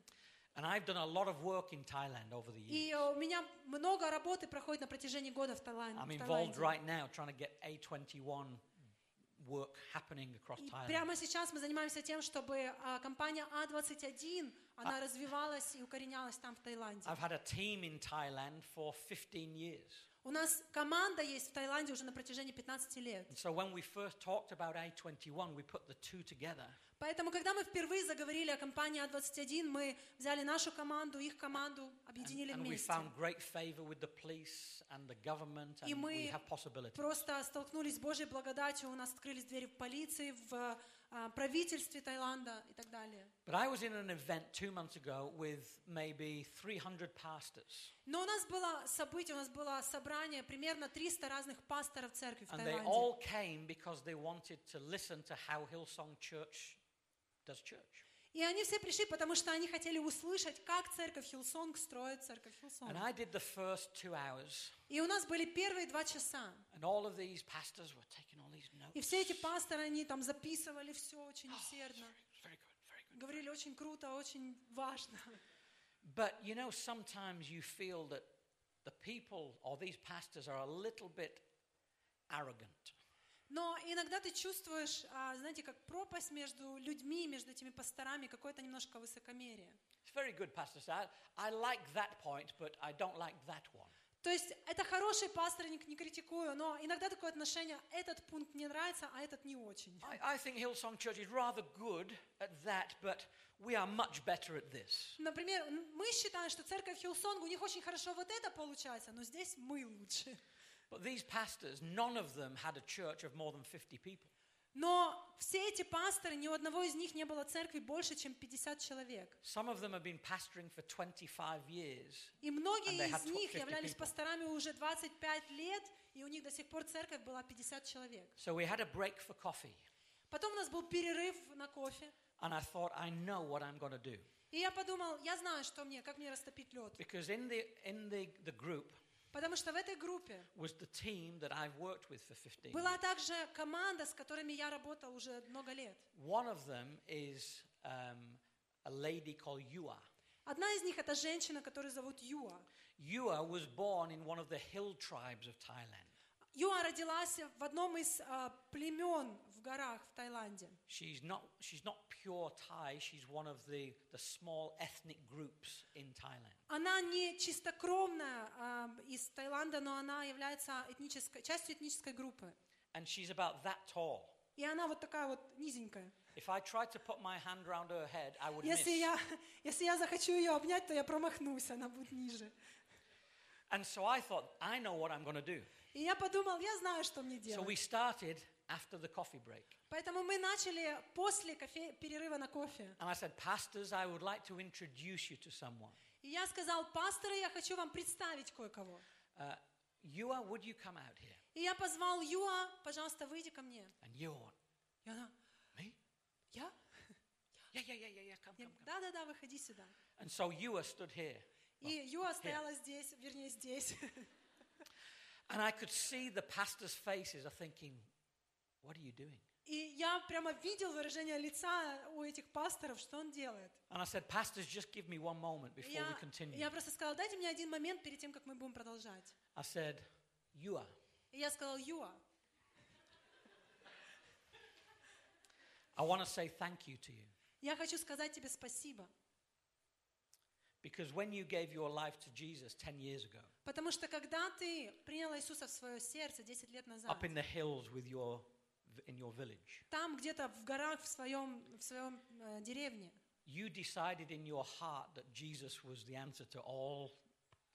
[SPEAKER 1] And I've done a lot of work in Thailand over the
[SPEAKER 2] И
[SPEAKER 1] years.
[SPEAKER 2] э, у меня много работы проходит на протяжении года в Таилан-
[SPEAKER 1] I'm
[SPEAKER 2] в
[SPEAKER 1] involved
[SPEAKER 2] Таиланде.
[SPEAKER 1] right now trying to get A21 work happening across
[SPEAKER 2] И
[SPEAKER 1] Thailand.
[SPEAKER 2] прямо сейчас мы занимаемся тем, чтобы а, компания А21, она
[SPEAKER 1] А
[SPEAKER 2] развивалась и укоренялась там в Таиланде.
[SPEAKER 1] I've had a team in Thailand for 15 years.
[SPEAKER 2] У нас команда есть в Таиланде уже на протяжении 15 лет.
[SPEAKER 1] And so when we first talked about A21, we put the two together.
[SPEAKER 2] Поэтому, когда мы впервые заговорили о компании А21, мы взяли нашу команду, их команду,
[SPEAKER 1] And,
[SPEAKER 2] объединили
[SPEAKER 1] and we
[SPEAKER 2] вместе.
[SPEAKER 1] found great favor with the police and the government,
[SPEAKER 2] И
[SPEAKER 1] and we
[SPEAKER 2] мы
[SPEAKER 1] have possibilities.
[SPEAKER 2] Просто столкнулись с Божьей благодатью, у нас открылись двери в полиции, в а, правительстве Таиланда и так далее.
[SPEAKER 1] But I was in an event two months ago with maybe 300 pastors,
[SPEAKER 2] Но у нас было событие, у нас было собрание примерно 300 разных пасторов церкви в
[SPEAKER 1] and they
[SPEAKER 2] Таиланде.
[SPEAKER 1] all came because they wanted to listen to how Hillsong Church does church.
[SPEAKER 2] И они все пришли, потому что они хотели услышать, как церковь Хилсонг строит церковь Хилсонг.
[SPEAKER 1] And I did the first two hours,
[SPEAKER 2] И у нас были первые два часа.
[SPEAKER 1] and all of these pastors were taking all these notes.
[SPEAKER 2] И все эти пасторы, они там записывали все очень
[SPEAKER 1] Oh, it's
[SPEAKER 2] усердно.
[SPEAKER 1] very, very good, very good.
[SPEAKER 2] Говорили очень круто, очень важно.
[SPEAKER 1] But you know, sometimes you feel that the people or these pastors are a little bit arrogant.
[SPEAKER 2] Но иногда ты чувствуешь, а, знаете, как пропасть между людьми, между этими пасторами, какое-то немножко высокомерие.
[SPEAKER 1] It's very good, Pastor. So I, I like that point, but I don't like that one.
[SPEAKER 2] То есть это хороший пастор, не, не критикую, но иногда такое отношение, этот пункт мне нравится, а этот не очень.
[SPEAKER 1] I, I think Hillsong Church is rather good at that, but we are much better at this.
[SPEAKER 2] Например, н- мы считаем, что церковь Хилсонг, у них очень хорошо вот это получается, но здесь мы лучше.
[SPEAKER 1] But these pastors, none of them had a church of more than 50 people.
[SPEAKER 2] Но все эти пасторы, ни у одного из них не было церкви больше, чем 50 человек.
[SPEAKER 1] Some of them have been pastoring for 25 years.
[SPEAKER 2] И
[SPEAKER 1] And they
[SPEAKER 2] многие
[SPEAKER 1] had
[SPEAKER 2] из них
[SPEAKER 1] 50
[SPEAKER 2] являлись
[SPEAKER 1] people.
[SPEAKER 2] пасторами уже 25 лет, и у них до сих пор церковь была 50 человек.
[SPEAKER 1] So we had a break for coffee,
[SPEAKER 2] Потом у нас был перерыв на кофе,
[SPEAKER 1] and I thought, I know what I'm going to do.
[SPEAKER 2] и я подумал, я знаю, что мне, как мне растопить лед.
[SPEAKER 1] Because in the, in the, the group,
[SPEAKER 2] Потому что в этой группе
[SPEAKER 1] was the team that I've worked with for 15
[SPEAKER 2] была
[SPEAKER 1] years.
[SPEAKER 2] также команда, с которыми я работал уже много лет.
[SPEAKER 1] One of them is um, a lady called Yua.
[SPEAKER 2] Одна из них это женщина, которую зовут Юа.
[SPEAKER 1] Yua was born in one of the hill tribes of Thailand.
[SPEAKER 2] Юа родилась в одном из а, племен в горах в Таиланде.
[SPEAKER 1] She's not, she's not pure Thai, she's one of the, the small ethnic groups in Thailand.
[SPEAKER 2] Она не чистокровная а, из Таиланда, но она является этнической, частью этнической группы.
[SPEAKER 1] And she's about that tall.
[SPEAKER 2] И она вот такая вот низенькая.
[SPEAKER 1] If I tried to put my hand round her head, I would
[SPEAKER 2] Если
[SPEAKER 1] miss.
[SPEAKER 2] я, если я захочу ее обнять, то я промахнусь, она будет ниже.
[SPEAKER 1] And so I thought, I know what I'm going to do.
[SPEAKER 2] И я подумал, я знаю, что мне
[SPEAKER 1] So
[SPEAKER 2] делать.
[SPEAKER 1] we started after the coffee break.
[SPEAKER 2] Поэтому мы начали после кофе, перерыва на кофе.
[SPEAKER 1] And I said, Pastors, I would like to introduce you to someone.
[SPEAKER 2] И я сказал, пасторы, я хочу вам представить кое-кого.
[SPEAKER 1] uh, Yua, would you come out here?
[SPEAKER 2] И я позвал Юа, пожалуйста, выйди ко мне.
[SPEAKER 1] And Yua went,
[SPEAKER 2] И она,
[SPEAKER 1] me?
[SPEAKER 2] я?
[SPEAKER 1] Yeah, yeah, yeah, yeah, yeah, come,
[SPEAKER 2] Я,
[SPEAKER 1] come, come.
[SPEAKER 2] Да-да-да, выходи сюда.
[SPEAKER 1] And so Yua stood here.
[SPEAKER 2] И Юа стояла здесь, вернее, здесь.
[SPEAKER 1] And I could see the pastor's faces are thinking, What are you doing?
[SPEAKER 2] И я прямо видел выражение лица у этих пасторов, что он делает.
[SPEAKER 1] And I said, Pastors, just give me one moment before
[SPEAKER 2] Я,
[SPEAKER 1] we continue.
[SPEAKER 2] я просто сказала, дайте мне один момент перед тем, как мы будем продолжать.
[SPEAKER 1] I said, You are.
[SPEAKER 2] И я сказала, Юа,
[SPEAKER 1] I want to say thank you to you
[SPEAKER 2] я хочу сказать тебе спасибо,
[SPEAKER 1] because when you gave your life to Jesus 10 years ago,
[SPEAKER 2] потому что когда ты приняла Иисуса в свое сердце 10 лет назад,
[SPEAKER 1] up in the hills with your, in your village,
[SPEAKER 2] там где-то в горах в своем, в своем э, деревне,
[SPEAKER 1] you decided in your heart that Jesus was the answer to all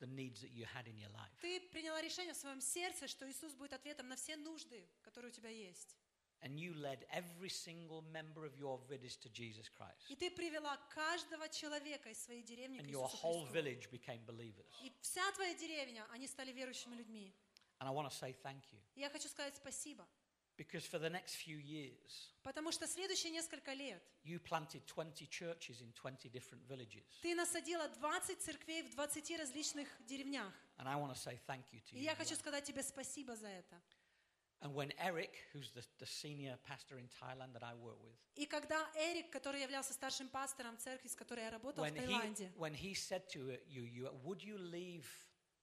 [SPEAKER 1] the needs that you had in your life.
[SPEAKER 2] ты приняла решение в своем сердце, что Иисус будет ответом на все нужды, которые у тебя есть.
[SPEAKER 1] And you led every single member of your village to Jesus
[SPEAKER 2] И
[SPEAKER 1] Christ.
[SPEAKER 2] ты привела каждого человека из своей деревни к
[SPEAKER 1] And your
[SPEAKER 2] Иисусу
[SPEAKER 1] whole
[SPEAKER 2] Христу.
[SPEAKER 1] village became believers.
[SPEAKER 2] И вся твоя деревня, они стали верующими людьми.
[SPEAKER 1] And I want to say thank you
[SPEAKER 2] И я хочу сказать спасибо,
[SPEAKER 1] because for the next few years,
[SPEAKER 2] потому что следующие несколько лет
[SPEAKER 1] you planted 20 churches in 20 different villages.
[SPEAKER 2] ты насадила 20 церквей в 20 различных деревнях.
[SPEAKER 1] And I want to say thank you to
[SPEAKER 2] И
[SPEAKER 1] you.
[SPEAKER 2] я хочу
[SPEAKER 1] Glenn.
[SPEAKER 2] сказать тебе спасибо за это.
[SPEAKER 1] And when Eric, who's the, the senior pastor in Thailand that I work with,
[SPEAKER 2] И когда Эрик, который являлся старшим пастором церкви, с которой я работала
[SPEAKER 1] when
[SPEAKER 2] в
[SPEAKER 1] he,
[SPEAKER 2] Таиланде,
[SPEAKER 1] when he said to you, you, would you leave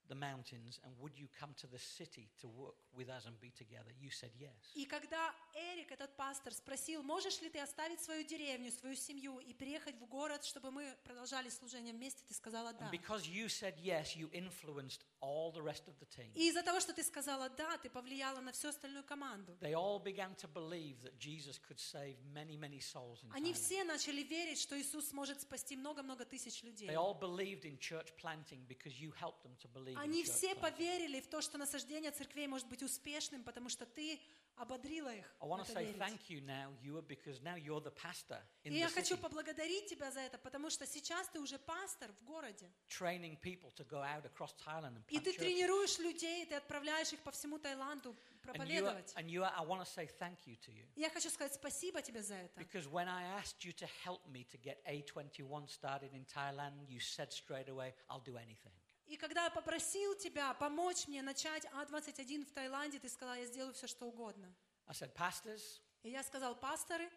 [SPEAKER 1] the mountains and would you come to the city to work with us and be together? You said yes.
[SPEAKER 2] И когда Эрик, этот пастор, спросил, можешь ли ты оставить свою деревню, свою семью и приехать в город, чтобы мы продолжали служение вместе, ты сказала
[SPEAKER 1] And
[SPEAKER 2] да.
[SPEAKER 1] because you said yes, you influenced all the rest of the team.
[SPEAKER 2] И из-за того, что ты сказала да, ты повлияла на всю остальную команду.
[SPEAKER 1] They all began to believe that Jesus could save many, many souls in
[SPEAKER 2] Они
[SPEAKER 1] Thailand.
[SPEAKER 2] все начали верить, что Иисус может спасти много-много тысяч людей.
[SPEAKER 1] They all believed in church planting because you helped them to believe
[SPEAKER 2] Они
[SPEAKER 1] in church
[SPEAKER 2] все
[SPEAKER 1] planting.
[SPEAKER 2] поверили в то, что насаждение церквей может быть успешным, потому что ты ободрила их.
[SPEAKER 1] I
[SPEAKER 2] в
[SPEAKER 1] want to
[SPEAKER 2] это
[SPEAKER 1] say
[SPEAKER 2] верить.
[SPEAKER 1] thank you now, you are because now you're the pastor in
[SPEAKER 2] И я
[SPEAKER 1] the
[SPEAKER 2] хочу
[SPEAKER 1] city,
[SPEAKER 2] поблагодарить тебя за это, потому что сейчас ты уже пастор в городе.
[SPEAKER 1] training people to go out across Thailand and
[SPEAKER 2] И
[SPEAKER 1] plant
[SPEAKER 2] ты
[SPEAKER 1] churches.
[SPEAKER 2] тренируешь людей, ты отправляешь их по всему Таиланду
[SPEAKER 1] And you, are,
[SPEAKER 2] проповедовать.
[SPEAKER 1] and you are, I want to say thank you to you.
[SPEAKER 2] И Я хочу сказать спасибо тебе за это.
[SPEAKER 1] Because when I asked you to help me to get A21 started in Thailand, you said straight away, I'll do anything.
[SPEAKER 2] И когда я попросил тебя помочь мне начать А21 в Таиланде, ты сказала, я сделаю все, что угодно.
[SPEAKER 1] I said, Pastors,
[SPEAKER 2] И я сказал, пасторы,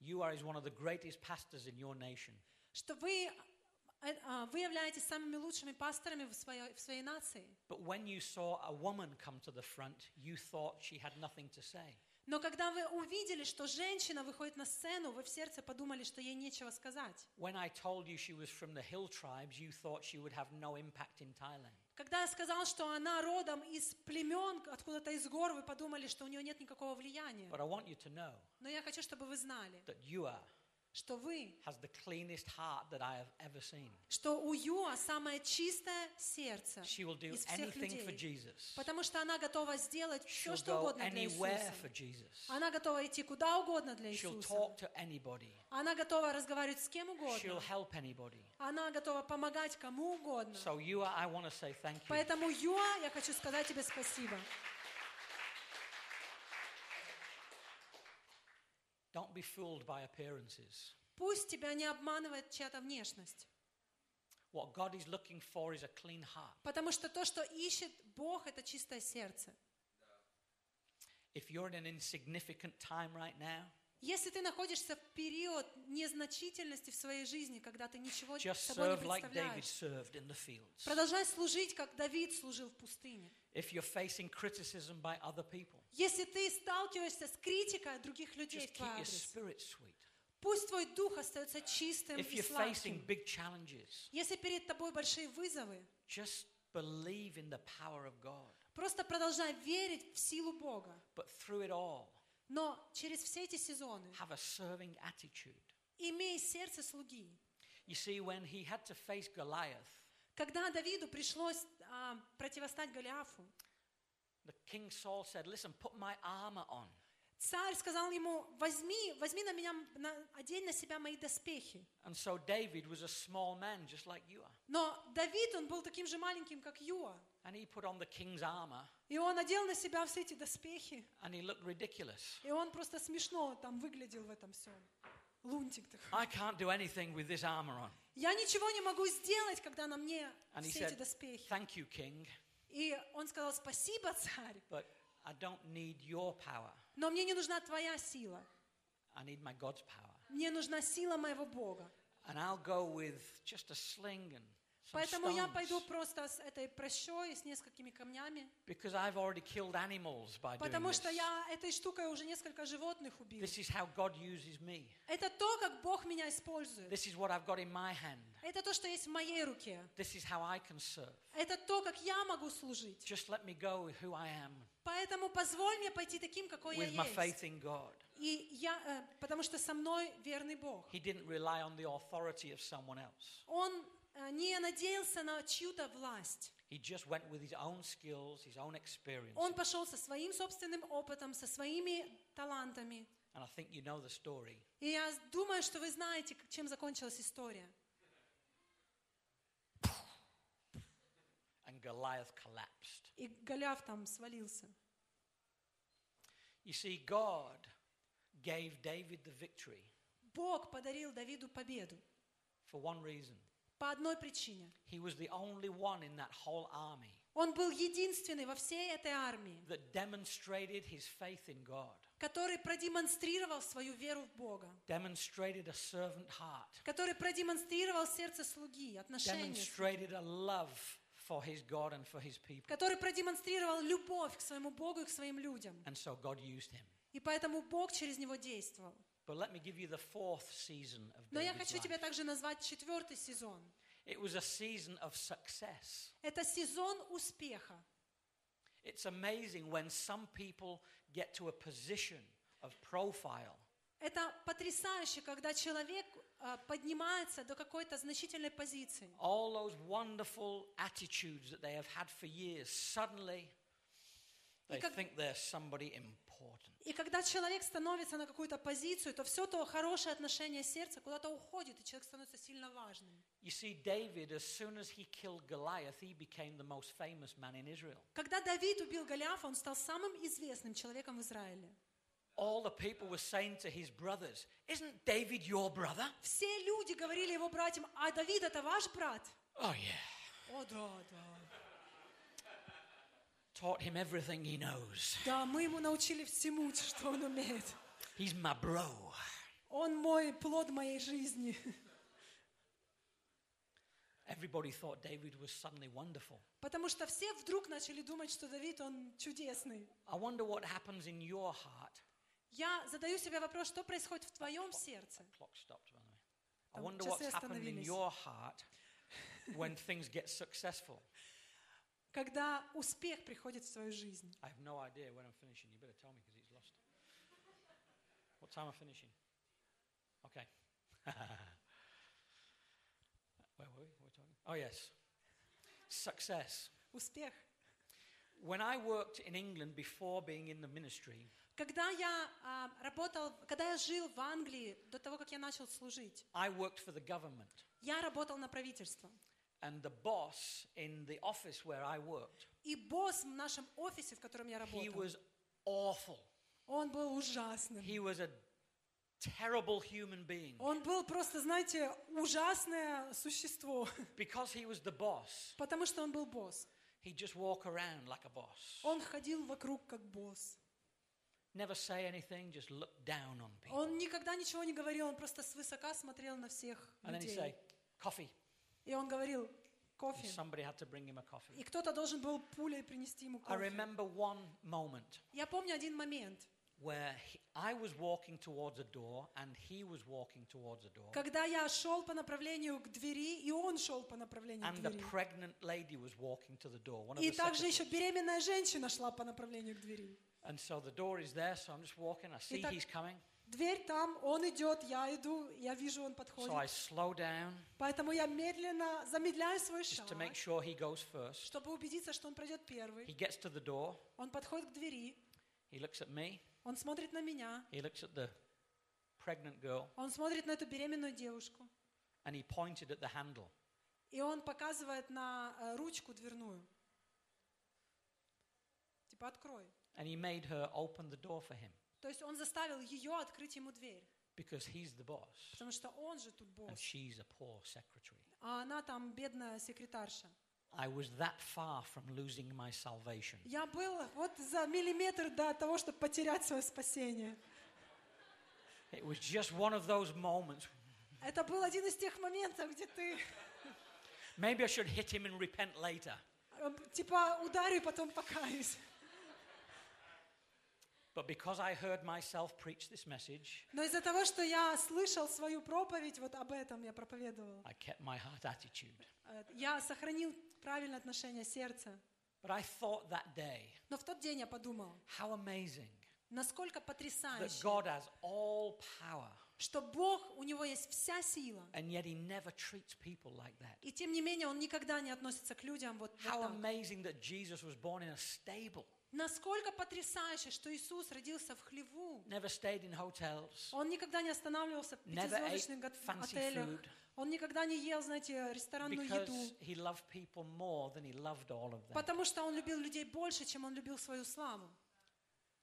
[SPEAKER 1] you are is one of the greatest pastors in your nation.
[SPEAKER 2] что вы, э, а, вы являетесь самыми лучшими пасторами в своей, в своей нации.
[SPEAKER 1] But when you saw a woman come to the front, you thought she had nothing to say.
[SPEAKER 2] Но когда вы увидели, что женщина выходит на сцену, вы в сердце подумали, что ей нечего сказать.
[SPEAKER 1] When I told you she was from the hill tribes, you thought she would have no impact in Thailand.
[SPEAKER 2] Когда я сказал, что она родом из племен, откуда-то из гор, вы подумали, что у нее нет никакого влияния.
[SPEAKER 1] But I want you to know
[SPEAKER 2] Но я хочу, чтобы вы знали,
[SPEAKER 1] that you are
[SPEAKER 2] что вы,
[SPEAKER 1] has the cleanest heart that I have ever seen.
[SPEAKER 2] что у Юа самое чистое сердце
[SPEAKER 1] She will do
[SPEAKER 2] из всех
[SPEAKER 1] anything for
[SPEAKER 2] людей.
[SPEAKER 1] Jesus.
[SPEAKER 2] Потому что она готова сделать все,
[SPEAKER 1] She'll
[SPEAKER 2] что
[SPEAKER 1] go
[SPEAKER 2] угодно для
[SPEAKER 1] anywhere for
[SPEAKER 2] Иисуса.
[SPEAKER 1] Jesus.
[SPEAKER 2] Она готова идти куда угодно для
[SPEAKER 1] She'll
[SPEAKER 2] Иисуса.
[SPEAKER 1] talk to anybody.
[SPEAKER 2] Она готова разговаривать с кем
[SPEAKER 1] She'll
[SPEAKER 2] угодно.
[SPEAKER 1] help anybody.
[SPEAKER 2] Она готова помогать кому угодно.
[SPEAKER 1] So you are, I want to say thank you.
[SPEAKER 2] Поэтому, Юа, я хочу сказать тебе спасибо.
[SPEAKER 1] Don't be fooled by appearances.
[SPEAKER 2] Пусть тебя не обманывает чья-то внешность.
[SPEAKER 1] What God is looking for is a clean heart.
[SPEAKER 2] Потому что то, что ищет Бог, это чистое сердце.
[SPEAKER 1] If you're in an insignificant time right now,
[SPEAKER 2] Если ты находишься в период незначительности в своей жизни, когда ты ничего
[SPEAKER 1] just
[SPEAKER 2] собой не
[SPEAKER 1] serve like David
[SPEAKER 2] представляешь,
[SPEAKER 1] served in the fields.
[SPEAKER 2] продолжай служить, как Давид служил в пустыне.
[SPEAKER 1] If you're facing criticism by other people,
[SPEAKER 2] Если ты сталкиваешься с критикой других людей
[SPEAKER 1] just
[SPEAKER 2] в
[SPEAKER 1] keep
[SPEAKER 2] твой
[SPEAKER 1] your
[SPEAKER 2] адрес,
[SPEAKER 1] spirit sweet.
[SPEAKER 2] пусть твой дух остается чистым
[SPEAKER 1] If
[SPEAKER 2] и
[SPEAKER 1] you're facing
[SPEAKER 2] сладким.
[SPEAKER 1] big challenges,
[SPEAKER 2] Если перед тобой большие вызовы,
[SPEAKER 1] just believe in the power of God.
[SPEAKER 2] просто продолжай верить в силу Бога.
[SPEAKER 1] But through it all,
[SPEAKER 2] Но через все эти сезоны
[SPEAKER 1] have a serving attitude.
[SPEAKER 2] имей сердце слуги.
[SPEAKER 1] You see, when he had to face Goliath,
[SPEAKER 2] Когда Давиду пришлось а, противостать Голиафу,
[SPEAKER 1] the king Saul said, Listen, put my armor on.
[SPEAKER 2] Царь сказал ему, возьми, возьми на меня, на- одень на себя мои доспехи.
[SPEAKER 1] And so David was a small man, just like you are.
[SPEAKER 2] Но Давид, он был таким же маленьким, как Юа.
[SPEAKER 1] And he put on the king's armor
[SPEAKER 2] И он одел на себя все эти доспехи.
[SPEAKER 1] and he looked ridiculous.
[SPEAKER 2] И он просто смешно там выглядел в этом всем. Лунтик такой.
[SPEAKER 1] I can't do anything with this armor on.
[SPEAKER 2] Я ничего не могу сделать, когда на мне
[SPEAKER 1] And he
[SPEAKER 2] все эти
[SPEAKER 1] said,
[SPEAKER 2] доспехи.
[SPEAKER 1] Thank you, king,
[SPEAKER 2] И он сказал, спасибо, царь,
[SPEAKER 1] but I don't need your power.
[SPEAKER 2] Но мне не нужна твоя сила.
[SPEAKER 1] I need my God's power.
[SPEAKER 2] Мне нужна сила моего Бога.
[SPEAKER 1] And I'll go with just a sling and some
[SPEAKER 2] Поэтому я пойду
[SPEAKER 1] stones.
[SPEAKER 2] просто с этой прощой, с несколькими камнями,
[SPEAKER 1] Because I've already killed animals by doing
[SPEAKER 2] потому
[SPEAKER 1] this.
[SPEAKER 2] что я этой штукой уже несколько животных убил.
[SPEAKER 1] This is how God uses me.
[SPEAKER 2] Это то, как Бог меня использует.
[SPEAKER 1] This is what I've got in my hand.
[SPEAKER 2] Это то, что есть в моей руке.
[SPEAKER 1] This is how I can serve.
[SPEAKER 2] Это то, как я могу служить.
[SPEAKER 1] Just let me go with who I am,
[SPEAKER 2] Поэтому позволь мне пойти таким, какой
[SPEAKER 1] with
[SPEAKER 2] я
[SPEAKER 1] my
[SPEAKER 2] есть.
[SPEAKER 1] faith in God.
[SPEAKER 2] И я, э, потому что со мной верный Бог.
[SPEAKER 1] He didn't rely on the authority of someone else.
[SPEAKER 2] Он э, не надеялся на чью-то власть.
[SPEAKER 1] He just went with his own skills, his own experience.
[SPEAKER 2] Он пошел со своим собственным опытом, со своими талантами.
[SPEAKER 1] And I think you know the story.
[SPEAKER 2] И я думаю, что вы знаете, к- чем закончилась история.
[SPEAKER 1] And Goliath collapsed.
[SPEAKER 2] И Голиаф там свалился.
[SPEAKER 1] You see, God gave David the victory
[SPEAKER 2] Бог подарил Давиду победу
[SPEAKER 1] for one reason.
[SPEAKER 2] по одной причине.
[SPEAKER 1] He was the only one in that whole army
[SPEAKER 2] Он был единственный во всей этой армии,
[SPEAKER 1] that demonstrated his faith in God,
[SPEAKER 2] который продемонстрировал свою веру в Бога,
[SPEAKER 1] demonstrated a servant heart,
[SPEAKER 2] который продемонстрировал сердце слуги, отношения,
[SPEAKER 1] demonstrated a love for his God and for his people.
[SPEAKER 2] который продемонстрировал любовь к своему Богу и к своим людям.
[SPEAKER 1] And so God used him.
[SPEAKER 2] И поэтому Бог через него действовал.
[SPEAKER 1] But let me give you the fourth season of
[SPEAKER 2] Но я
[SPEAKER 1] David's
[SPEAKER 2] хочу тебя
[SPEAKER 1] life.
[SPEAKER 2] также назвать четвертый сезон.
[SPEAKER 1] It was a season of success.
[SPEAKER 2] Это сезон успеха.
[SPEAKER 1] It's amazing when some people get to a position of profile
[SPEAKER 2] Это потрясающе, когда человек а, поднимается до какой-то значительной позиции.
[SPEAKER 1] All those wonderful attitudes that they have had for years, suddenly they
[SPEAKER 2] как-
[SPEAKER 1] think they're somebody important.
[SPEAKER 2] И когда человек становится на какую-то позицию, то все то хорошее отношение сердца куда-то уходит, и человек становится сильно важным.
[SPEAKER 1] You see, David, as soon as he killed Goliath, he became the most famous man in Israel.
[SPEAKER 2] Когда Давид убил Голиафа, он стал самым известным человеком в Израиле.
[SPEAKER 1] All the people were saying to his brothers, Isn't David your brother?
[SPEAKER 2] Все люди говорили его братьям, а Давид это ваш брат?
[SPEAKER 1] Oh, yeah.
[SPEAKER 2] О, да, да.
[SPEAKER 1] Taught him everything he knows.
[SPEAKER 2] Да, мы ему научили всему, что он умеет.
[SPEAKER 1] He's my bro.
[SPEAKER 2] Он мой плод моей жизни.
[SPEAKER 1] Everybody thought David was suddenly wonderful.
[SPEAKER 2] Потому что все вдруг начали думать, что Давид, он чудесный.
[SPEAKER 1] I wonder what happens in your heart.
[SPEAKER 2] Я задаю себе вопрос, что происходит в твоем сердце?
[SPEAKER 1] Clock stopped, by the way. I
[SPEAKER 2] Там
[SPEAKER 1] wonder
[SPEAKER 2] часы
[SPEAKER 1] what's happened in
[SPEAKER 2] остановились.
[SPEAKER 1] your heart when things get successful.
[SPEAKER 2] Когда успех приходит в твою жизнь.
[SPEAKER 1] I have no idea when I'm finishing. You better tell me because it's lost. What time am I finishing? Okay. Where were we? What were we talking? Oh, yes. Success.
[SPEAKER 2] Успех.
[SPEAKER 1] When I worked in England before being in the ministry,
[SPEAKER 2] Когда я а, работал, когда я жил в Англии до того, как я начал служить,
[SPEAKER 1] I worked for the government.
[SPEAKER 2] я работал на правительство.
[SPEAKER 1] And the boss in the office where I worked,
[SPEAKER 2] И босс в нашем офисе, в котором я
[SPEAKER 1] he
[SPEAKER 2] работал,
[SPEAKER 1] was awful.
[SPEAKER 2] он был ужасным.
[SPEAKER 1] He was a terrible human being.
[SPEAKER 2] Он был просто, знаете, ужасное существо,
[SPEAKER 1] Because he was the boss,
[SPEAKER 2] потому что он был босс.
[SPEAKER 1] he'd just walk around like a boss.
[SPEAKER 2] Он ходил вокруг как босс.
[SPEAKER 1] Never say anything, just look down on people.
[SPEAKER 2] Он никогда ничего не говорил, он просто свысока смотрел на всех
[SPEAKER 1] And then he'd say,
[SPEAKER 2] людей.
[SPEAKER 1] coffee.
[SPEAKER 2] И он говорил
[SPEAKER 1] And
[SPEAKER 2] кофе.
[SPEAKER 1] somebody had to bring him a coffee.
[SPEAKER 2] И кто-то должен был пулей принести ему
[SPEAKER 1] I
[SPEAKER 2] кофе.
[SPEAKER 1] remember one moment
[SPEAKER 2] Я помню один момент,
[SPEAKER 1] where he, I was walking towards a door and he was walking towards a door.
[SPEAKER 2] когда я шел по направлению к двери, и он шел по направлению к
[SPEAKER 1] And a
[SPEAKER 2] двери.
[SPEAKER 1] pregnant lady was walking to the door. One of
[SPEAKER 2] И
[SPEAKER 1] the
[SPEAKER 2] также еще
[SPEAKER 1] secretaries.
[SPEAKER 2] беременная женщина шла по направлению к двери.
[SPEAKER 1] And so the door is there, so I'm just walking. I see
[SPEAKER 2] Итак-
[SPEAKER 1] he's coming.
[SPEAKER 2] Дверь там, он идет, я иду, я вижу, он
[SPEAKER 1] So I
[SPEAKER 2] подходит.
[SPEAKER 1] slow down
[SPEAKER 2] Поэтому я медленно замедляю свой
[SPEAKER 1] just
[SPEAKER 2] шаг,
[SPEAKER 1] to make sure he goes first.
[SPEAKER 2] чтобы убедиться, что он пройдет
[SPEAKER 1] He
[SPEAKER 2] первый.
[SPEAKER 1] gets to the door.
[SPEAKER 2] Он подходит к двери,
[SPEAKER 1] He looks at me.
[SPEAKER 2] он смотрит на меня,
[SPEAKER 1] He looks at the pregnant girl
[SPEAKER 2] он смотрит на эту беременную девушку,
[SPEAKER 1] and he pointed at the handle.
[SPEAKER 2] и он показывает на э, ручку дверную. Типа, открой.
[SPEAKER 1] And he made her open the door for him
[SPEAKER 2] То есть он заставил ее открыть ему дверь,
[SPEAKER 1] because he's the boss
[SPEAKER 2] потому что он же тут
[SPEAKER 1] and
[SPEAKER 2] босс,
[SPEAKER 1] she's a poor secretary.
[SPEAKER 2] а она там бедная секретарша.
[SPEAKER 1] I was that far from losing my salvation.
[SPEAKER 2] Я был вот за миллиметр до того, чтобы потерять свое спасение.
[SPEAKER 1] It was just one of those moments.
[SPEAKER 2] Это был один из тех моментов, где ты
[SPEAKER 1] Maybe I should hit him and repent later.
[SPEAKER 2] э, типа ударю и потом покаюсь.
[SPEAKER 1] But because I heard myself preach this message,
[SPEAKER 2] Но из-за того, что я слышал свою проповедь, вот об этом я проповедовал,
[SPEAKER 1] I kept my heart attitude.
[SPEAKER 2] э, я сохранил правильное отношение сердца.
[SPEAKER 1] But I thought that day,
[SPEAKER 2] Но в тот день я подумал,
[SPEAKER 1] how amazing
[SPEAKER 2] насколько
[SPEAKER 1] that
[SPEAKER 2] потрясающе,
[SPEAKER 1] God has all power,
[SPEAKER 2] что Бог, у Него есть вся сила,
[SPEAKER 1] and yet He never treats people like that.
[SPEAKER 2] и тем не менее Он никогда не относится к людям вот, вот
[SPEAKER 1] How
[SPEAKER 2] так.
[SPEAKER 1] amazing that Jesus was born in a stable,
[SPEAKER 2] Насколько потрясающе, что Иисус родился в хлеву.
[SPEAKER 1] never stayed in hotels,
[SPEAKER 2] Он никогда не останавливался в
[SPEAKER 1] never ate
[SPEAKER 2] пятизвездочных гот-
[SPEAKER 1] fancy
[SPEAKER 2] отелях.
[SPEAKER 1] food
[SPEAKER 2] Он никогда не ел, знаете, ресторанную
[SPEAKER 1] because
[SPEAKER 2] еду.
[SPEAKER 1] He loved people more than He loved all of them.
[SPEAKER 2] Потому что он любил людей больше, чем он любил свою славу.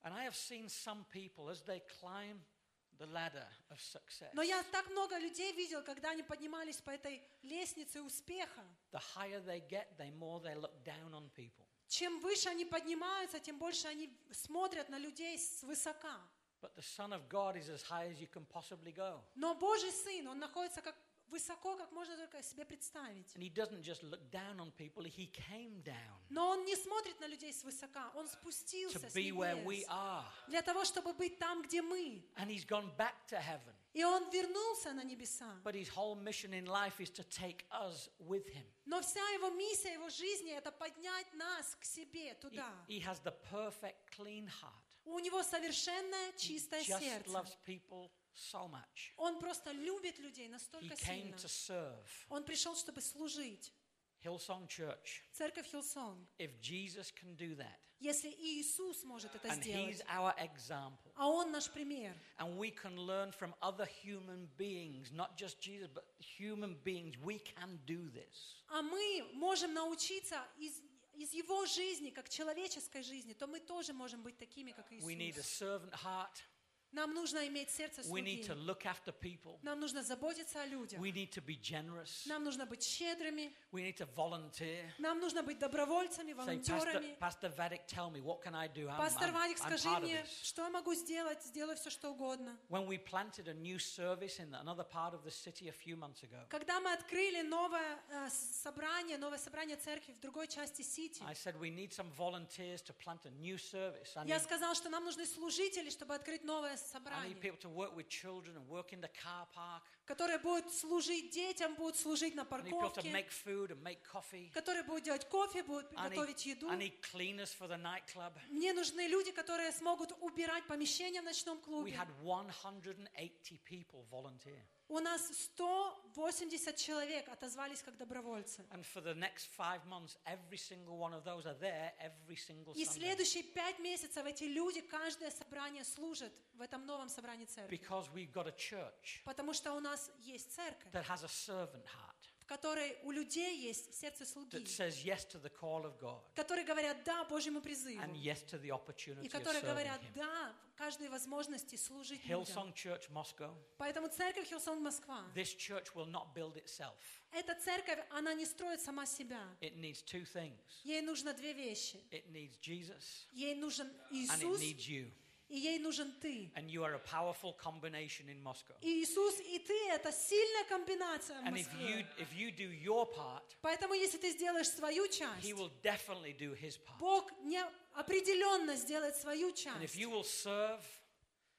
[SPEAKER 1] And I have seen some people as they climb the ladder of success,
[SPEAKER 2] Но я так много людей видел, когда они поднимались по этой лестнице успеха.
[SPEAKER 1] the higher they get, the more they look down on people.
[SPEAKER 2] Чем выше они поднимаются, тем больше они смотрят на людей свысока.
[SPEAKER 1] But the Son of God is as high as you can possibly go.
[SPEAKER 2] Но Божий Сын, Он находится как высоко, как можно только себе представить.
[SPEAKER 1] And He doesn't just look down on people, He came down
[SPEAKER 2] Но Он не смотрит на людей свысока. Он
[SPEAKER 1] to
[SPEAKER 2] спустился с
[SPEAKER 1] be where we
[SPEAKER 2] небес
[SPEAKER 1] are.
[SPEAKER 2] для того, чтобы быть там, где мы.
[SPEAKER 1] And He's gone back to heaven.
[SPEAKER 2] И Он вернулся на небеса.
[SPEAKER 1] But His whole mission in life is to take us with Him.
[SPEAKER 2] Но вся его миссия, его жизни — это поднять нас к себе,
[SPEAKER 1] He-
[SPEAKER 2] туда.
[SPEAKER 1] He, has the perfect, clean heart.
[SPEAKER 2] У него совершенное
[SPEAKER 1] He
[SPEAKER 2] чистое
[SPEAKER 1] just
[SPEAKER 2] сердце.
[SPEAKER 1] loves people so much.
[SPEAKER 2] Он просто любит людей
[SPEAKER 1] He
[SPEAKER 2] настолько
[SPEAKER 1] came
[SPEAKER 2] сильно.
[SPEAKER 1] to serve.
[SPEAKER 2] Он пришел, чтобы служить.
[SPEAKER 1] Hillsong Church,
[SPEAKER 2] Церковь Хилсон.
[SPEAKER 1] if Jesus can do that,
[SPEAKER 2] Если и Иисус может это
[SPEAKER 1] and He's
[SPEAKER 2] сделать,
[SPEAKER 1] our example,
[SPEAKER 2] а Он наш пример,
[SPEAKER 1] and we can learn from other human beings, not just Jesus, but human beings, we can do this.
[SPEAKER 2] а мы можем научиться из, из Его жизни, как человеческой жизни, то мы тоже можем быть такими, как
[SPEAKER 1] We need a
[SPEAKER 2] Иисус.
[SPEAKER 1] servant heart.
[SPEAKER 2] Нам нужно иметь сердце
[SPEAKER 1] We need
[SPEAKER 2] слуги.
[SPEAKER 1] to look after people.
[SPEAKER 2] Нам нужно заботиться о людях.
[SPEAKER 1] We need to be generous.
[SPEAKER 2] Нам нужно быть щедрыми.
[SPEAKER 1] We need to volunteer.
[SPEAKER 2] Нам нужно быть добровольцами,
[SPEAKER 1] Say, Pastor,
[SPEAKER 2] волонтерами.
[SPEAKER 1] Pastor Vadik, tell me, what can I do? I'm,
[SPEAKER 2] Пастор
[SPEAKER 1] I'm-
[SPEAKER 2] Вадик,
[SPEAKER 1] I'm
[SPEAKER 2] скажи
[SPEAKER 1] part of
[SPEAKER 2] мне,
[SPEAKER 1] this.
[SPEAKER 2] что я могу сделать? Сделай все, что угодно.
[SPEAKER 1] When we planted a new service in another part of the city a few months ago,
[SPEAKER 2] Когда мы открыли новое э, с- собрание, новое собрание церкви в другой части Сити,
[SPEAKER 1] I said, we need some volunteers to plant a new service. I need,
[SPEAKER 2] я сказал, что нам нужны служители, чтобы открыть новое
[SPEAKER 1] I need
[SPEAKER 2] собрание,
[SPEAKER 1] people to work with children and work in the car park.
[SPEAKER 2] которые будут служить детям, будут служить на
[SPEAKER 1] I need people to
[SPEAKER 2] парковке,
[SPEAKER 1] make food and make coffee.
[SPEAKER 2] которые будут делать кофе, будут
[SPEAKER 1] I
[SPEAKER 2] готовить
[SPEAKER 1] need,
[SPEAKER 2] еду.
[SPEAKER 1] I need cleaners for the nightclub.
[SPEAKER 2] Мне нужны люди, которые смогут убирать помещение в ночном
[SPEAKER 1] We
[SPEAKER 2] клубе.
[SPEAKER 1] had 180 people volunteer.
[SPEAKER 2] У нас 180 человек отозвались как добровольцы.
[SPEAKER 1] And for the next five months, every single one of those are there every single
[SPEAKER 2] И
[SPEAKER 1] Sunday.
[SPEAKER 2] следующие пять месяцев эти люди каждое собрание служат в этом новом собрании церкви.
[SPEAKER 1] Because we've got a church
[SPEAKER 2] Потому что у нас есть церковь,
[SPEAKER 1] that has a servant heart
[SPEAKER 2] в которой у людей есть сердце слуги,
[SPEAKER 1] that says yes to the call of God
[SPEAKER 2] которые говорят «да» Божьему призыву,
[SPEAKER 1] and yes to the
[SPEAKER 2] и
[SPEAKER 1] opportunity of
[SPEAKER 2] которые
[SPEAKER 1] serving
[SPEAKER 2] говорят
[SPEAKER 1] Him.
[SPEAKER 2] «да» каждой возможности служить людям.
[SPEAKER 1] Hillsong Church Moscow,
[SPEAKER 2] Поэтому церковь Хилсон Москва,
[SPEAKER 1] this church will not build itself.
[SPEAKER 2] эта церковь, она не строит сама себя.
[SPEAKER 1] It needs two things
[SPEAKER 2] Ей нужно две вещи.
[SPEAKER 1] it needs Jesus
[SPEAKER 2] Ей нужен
[SPEAKER 1] and it
[SPEAKER 2] Иисус,
[SPEAKER 1] needs you.
[SPEAKER 2] и ей нужен ты.
[SPEAKER 1] And you are a powerful combination in Moscow.
[SPEAKER 2] И Иисус и ты — это сильная комбинация в
[SPEAKER 1] And if
[SPEAKER 2] Москве.
[SPEAKER 1] you, if you do your part,
[SPEAKER 2] Поэтому, если ты сделаешь свою часть,
[SPEAKER 1] He will definitely do His part.
[SPEAKER 2] Бог не определенно сделает свою
[SPEAKER 1] And if
[SPEAKER 2] часть.
[SPEAKER 1] you will serve,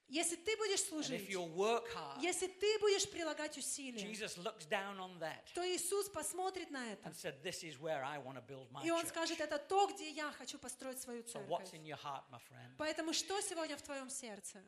[SPEAKER 2] Если ты будешь
[SPEAKER 1] And if
[SPEAKER 2] служить,
[SPEAKER 1] you'll work hard,
[SPEAKER 2] если ты будешь прилагать усилия,
[SPEAKER 1] Jesus looks down on that
[SPEAKER 2] то Иисус посмотрит на это.
[SPEAKER 1] and said, This is where I want to build my
[SPEAKER 2] И Он
[SPEAKER 1] church."
[SPEAKER 2] скажет, это то, где я хочу построить свою
[SPEAKER 1] So, what's
[SPEAKER 2] церковь.
[SPEAKER 1] in your heart, my friend?
[SPEAKER 2] Поэтому что сегодня в твоем сердце?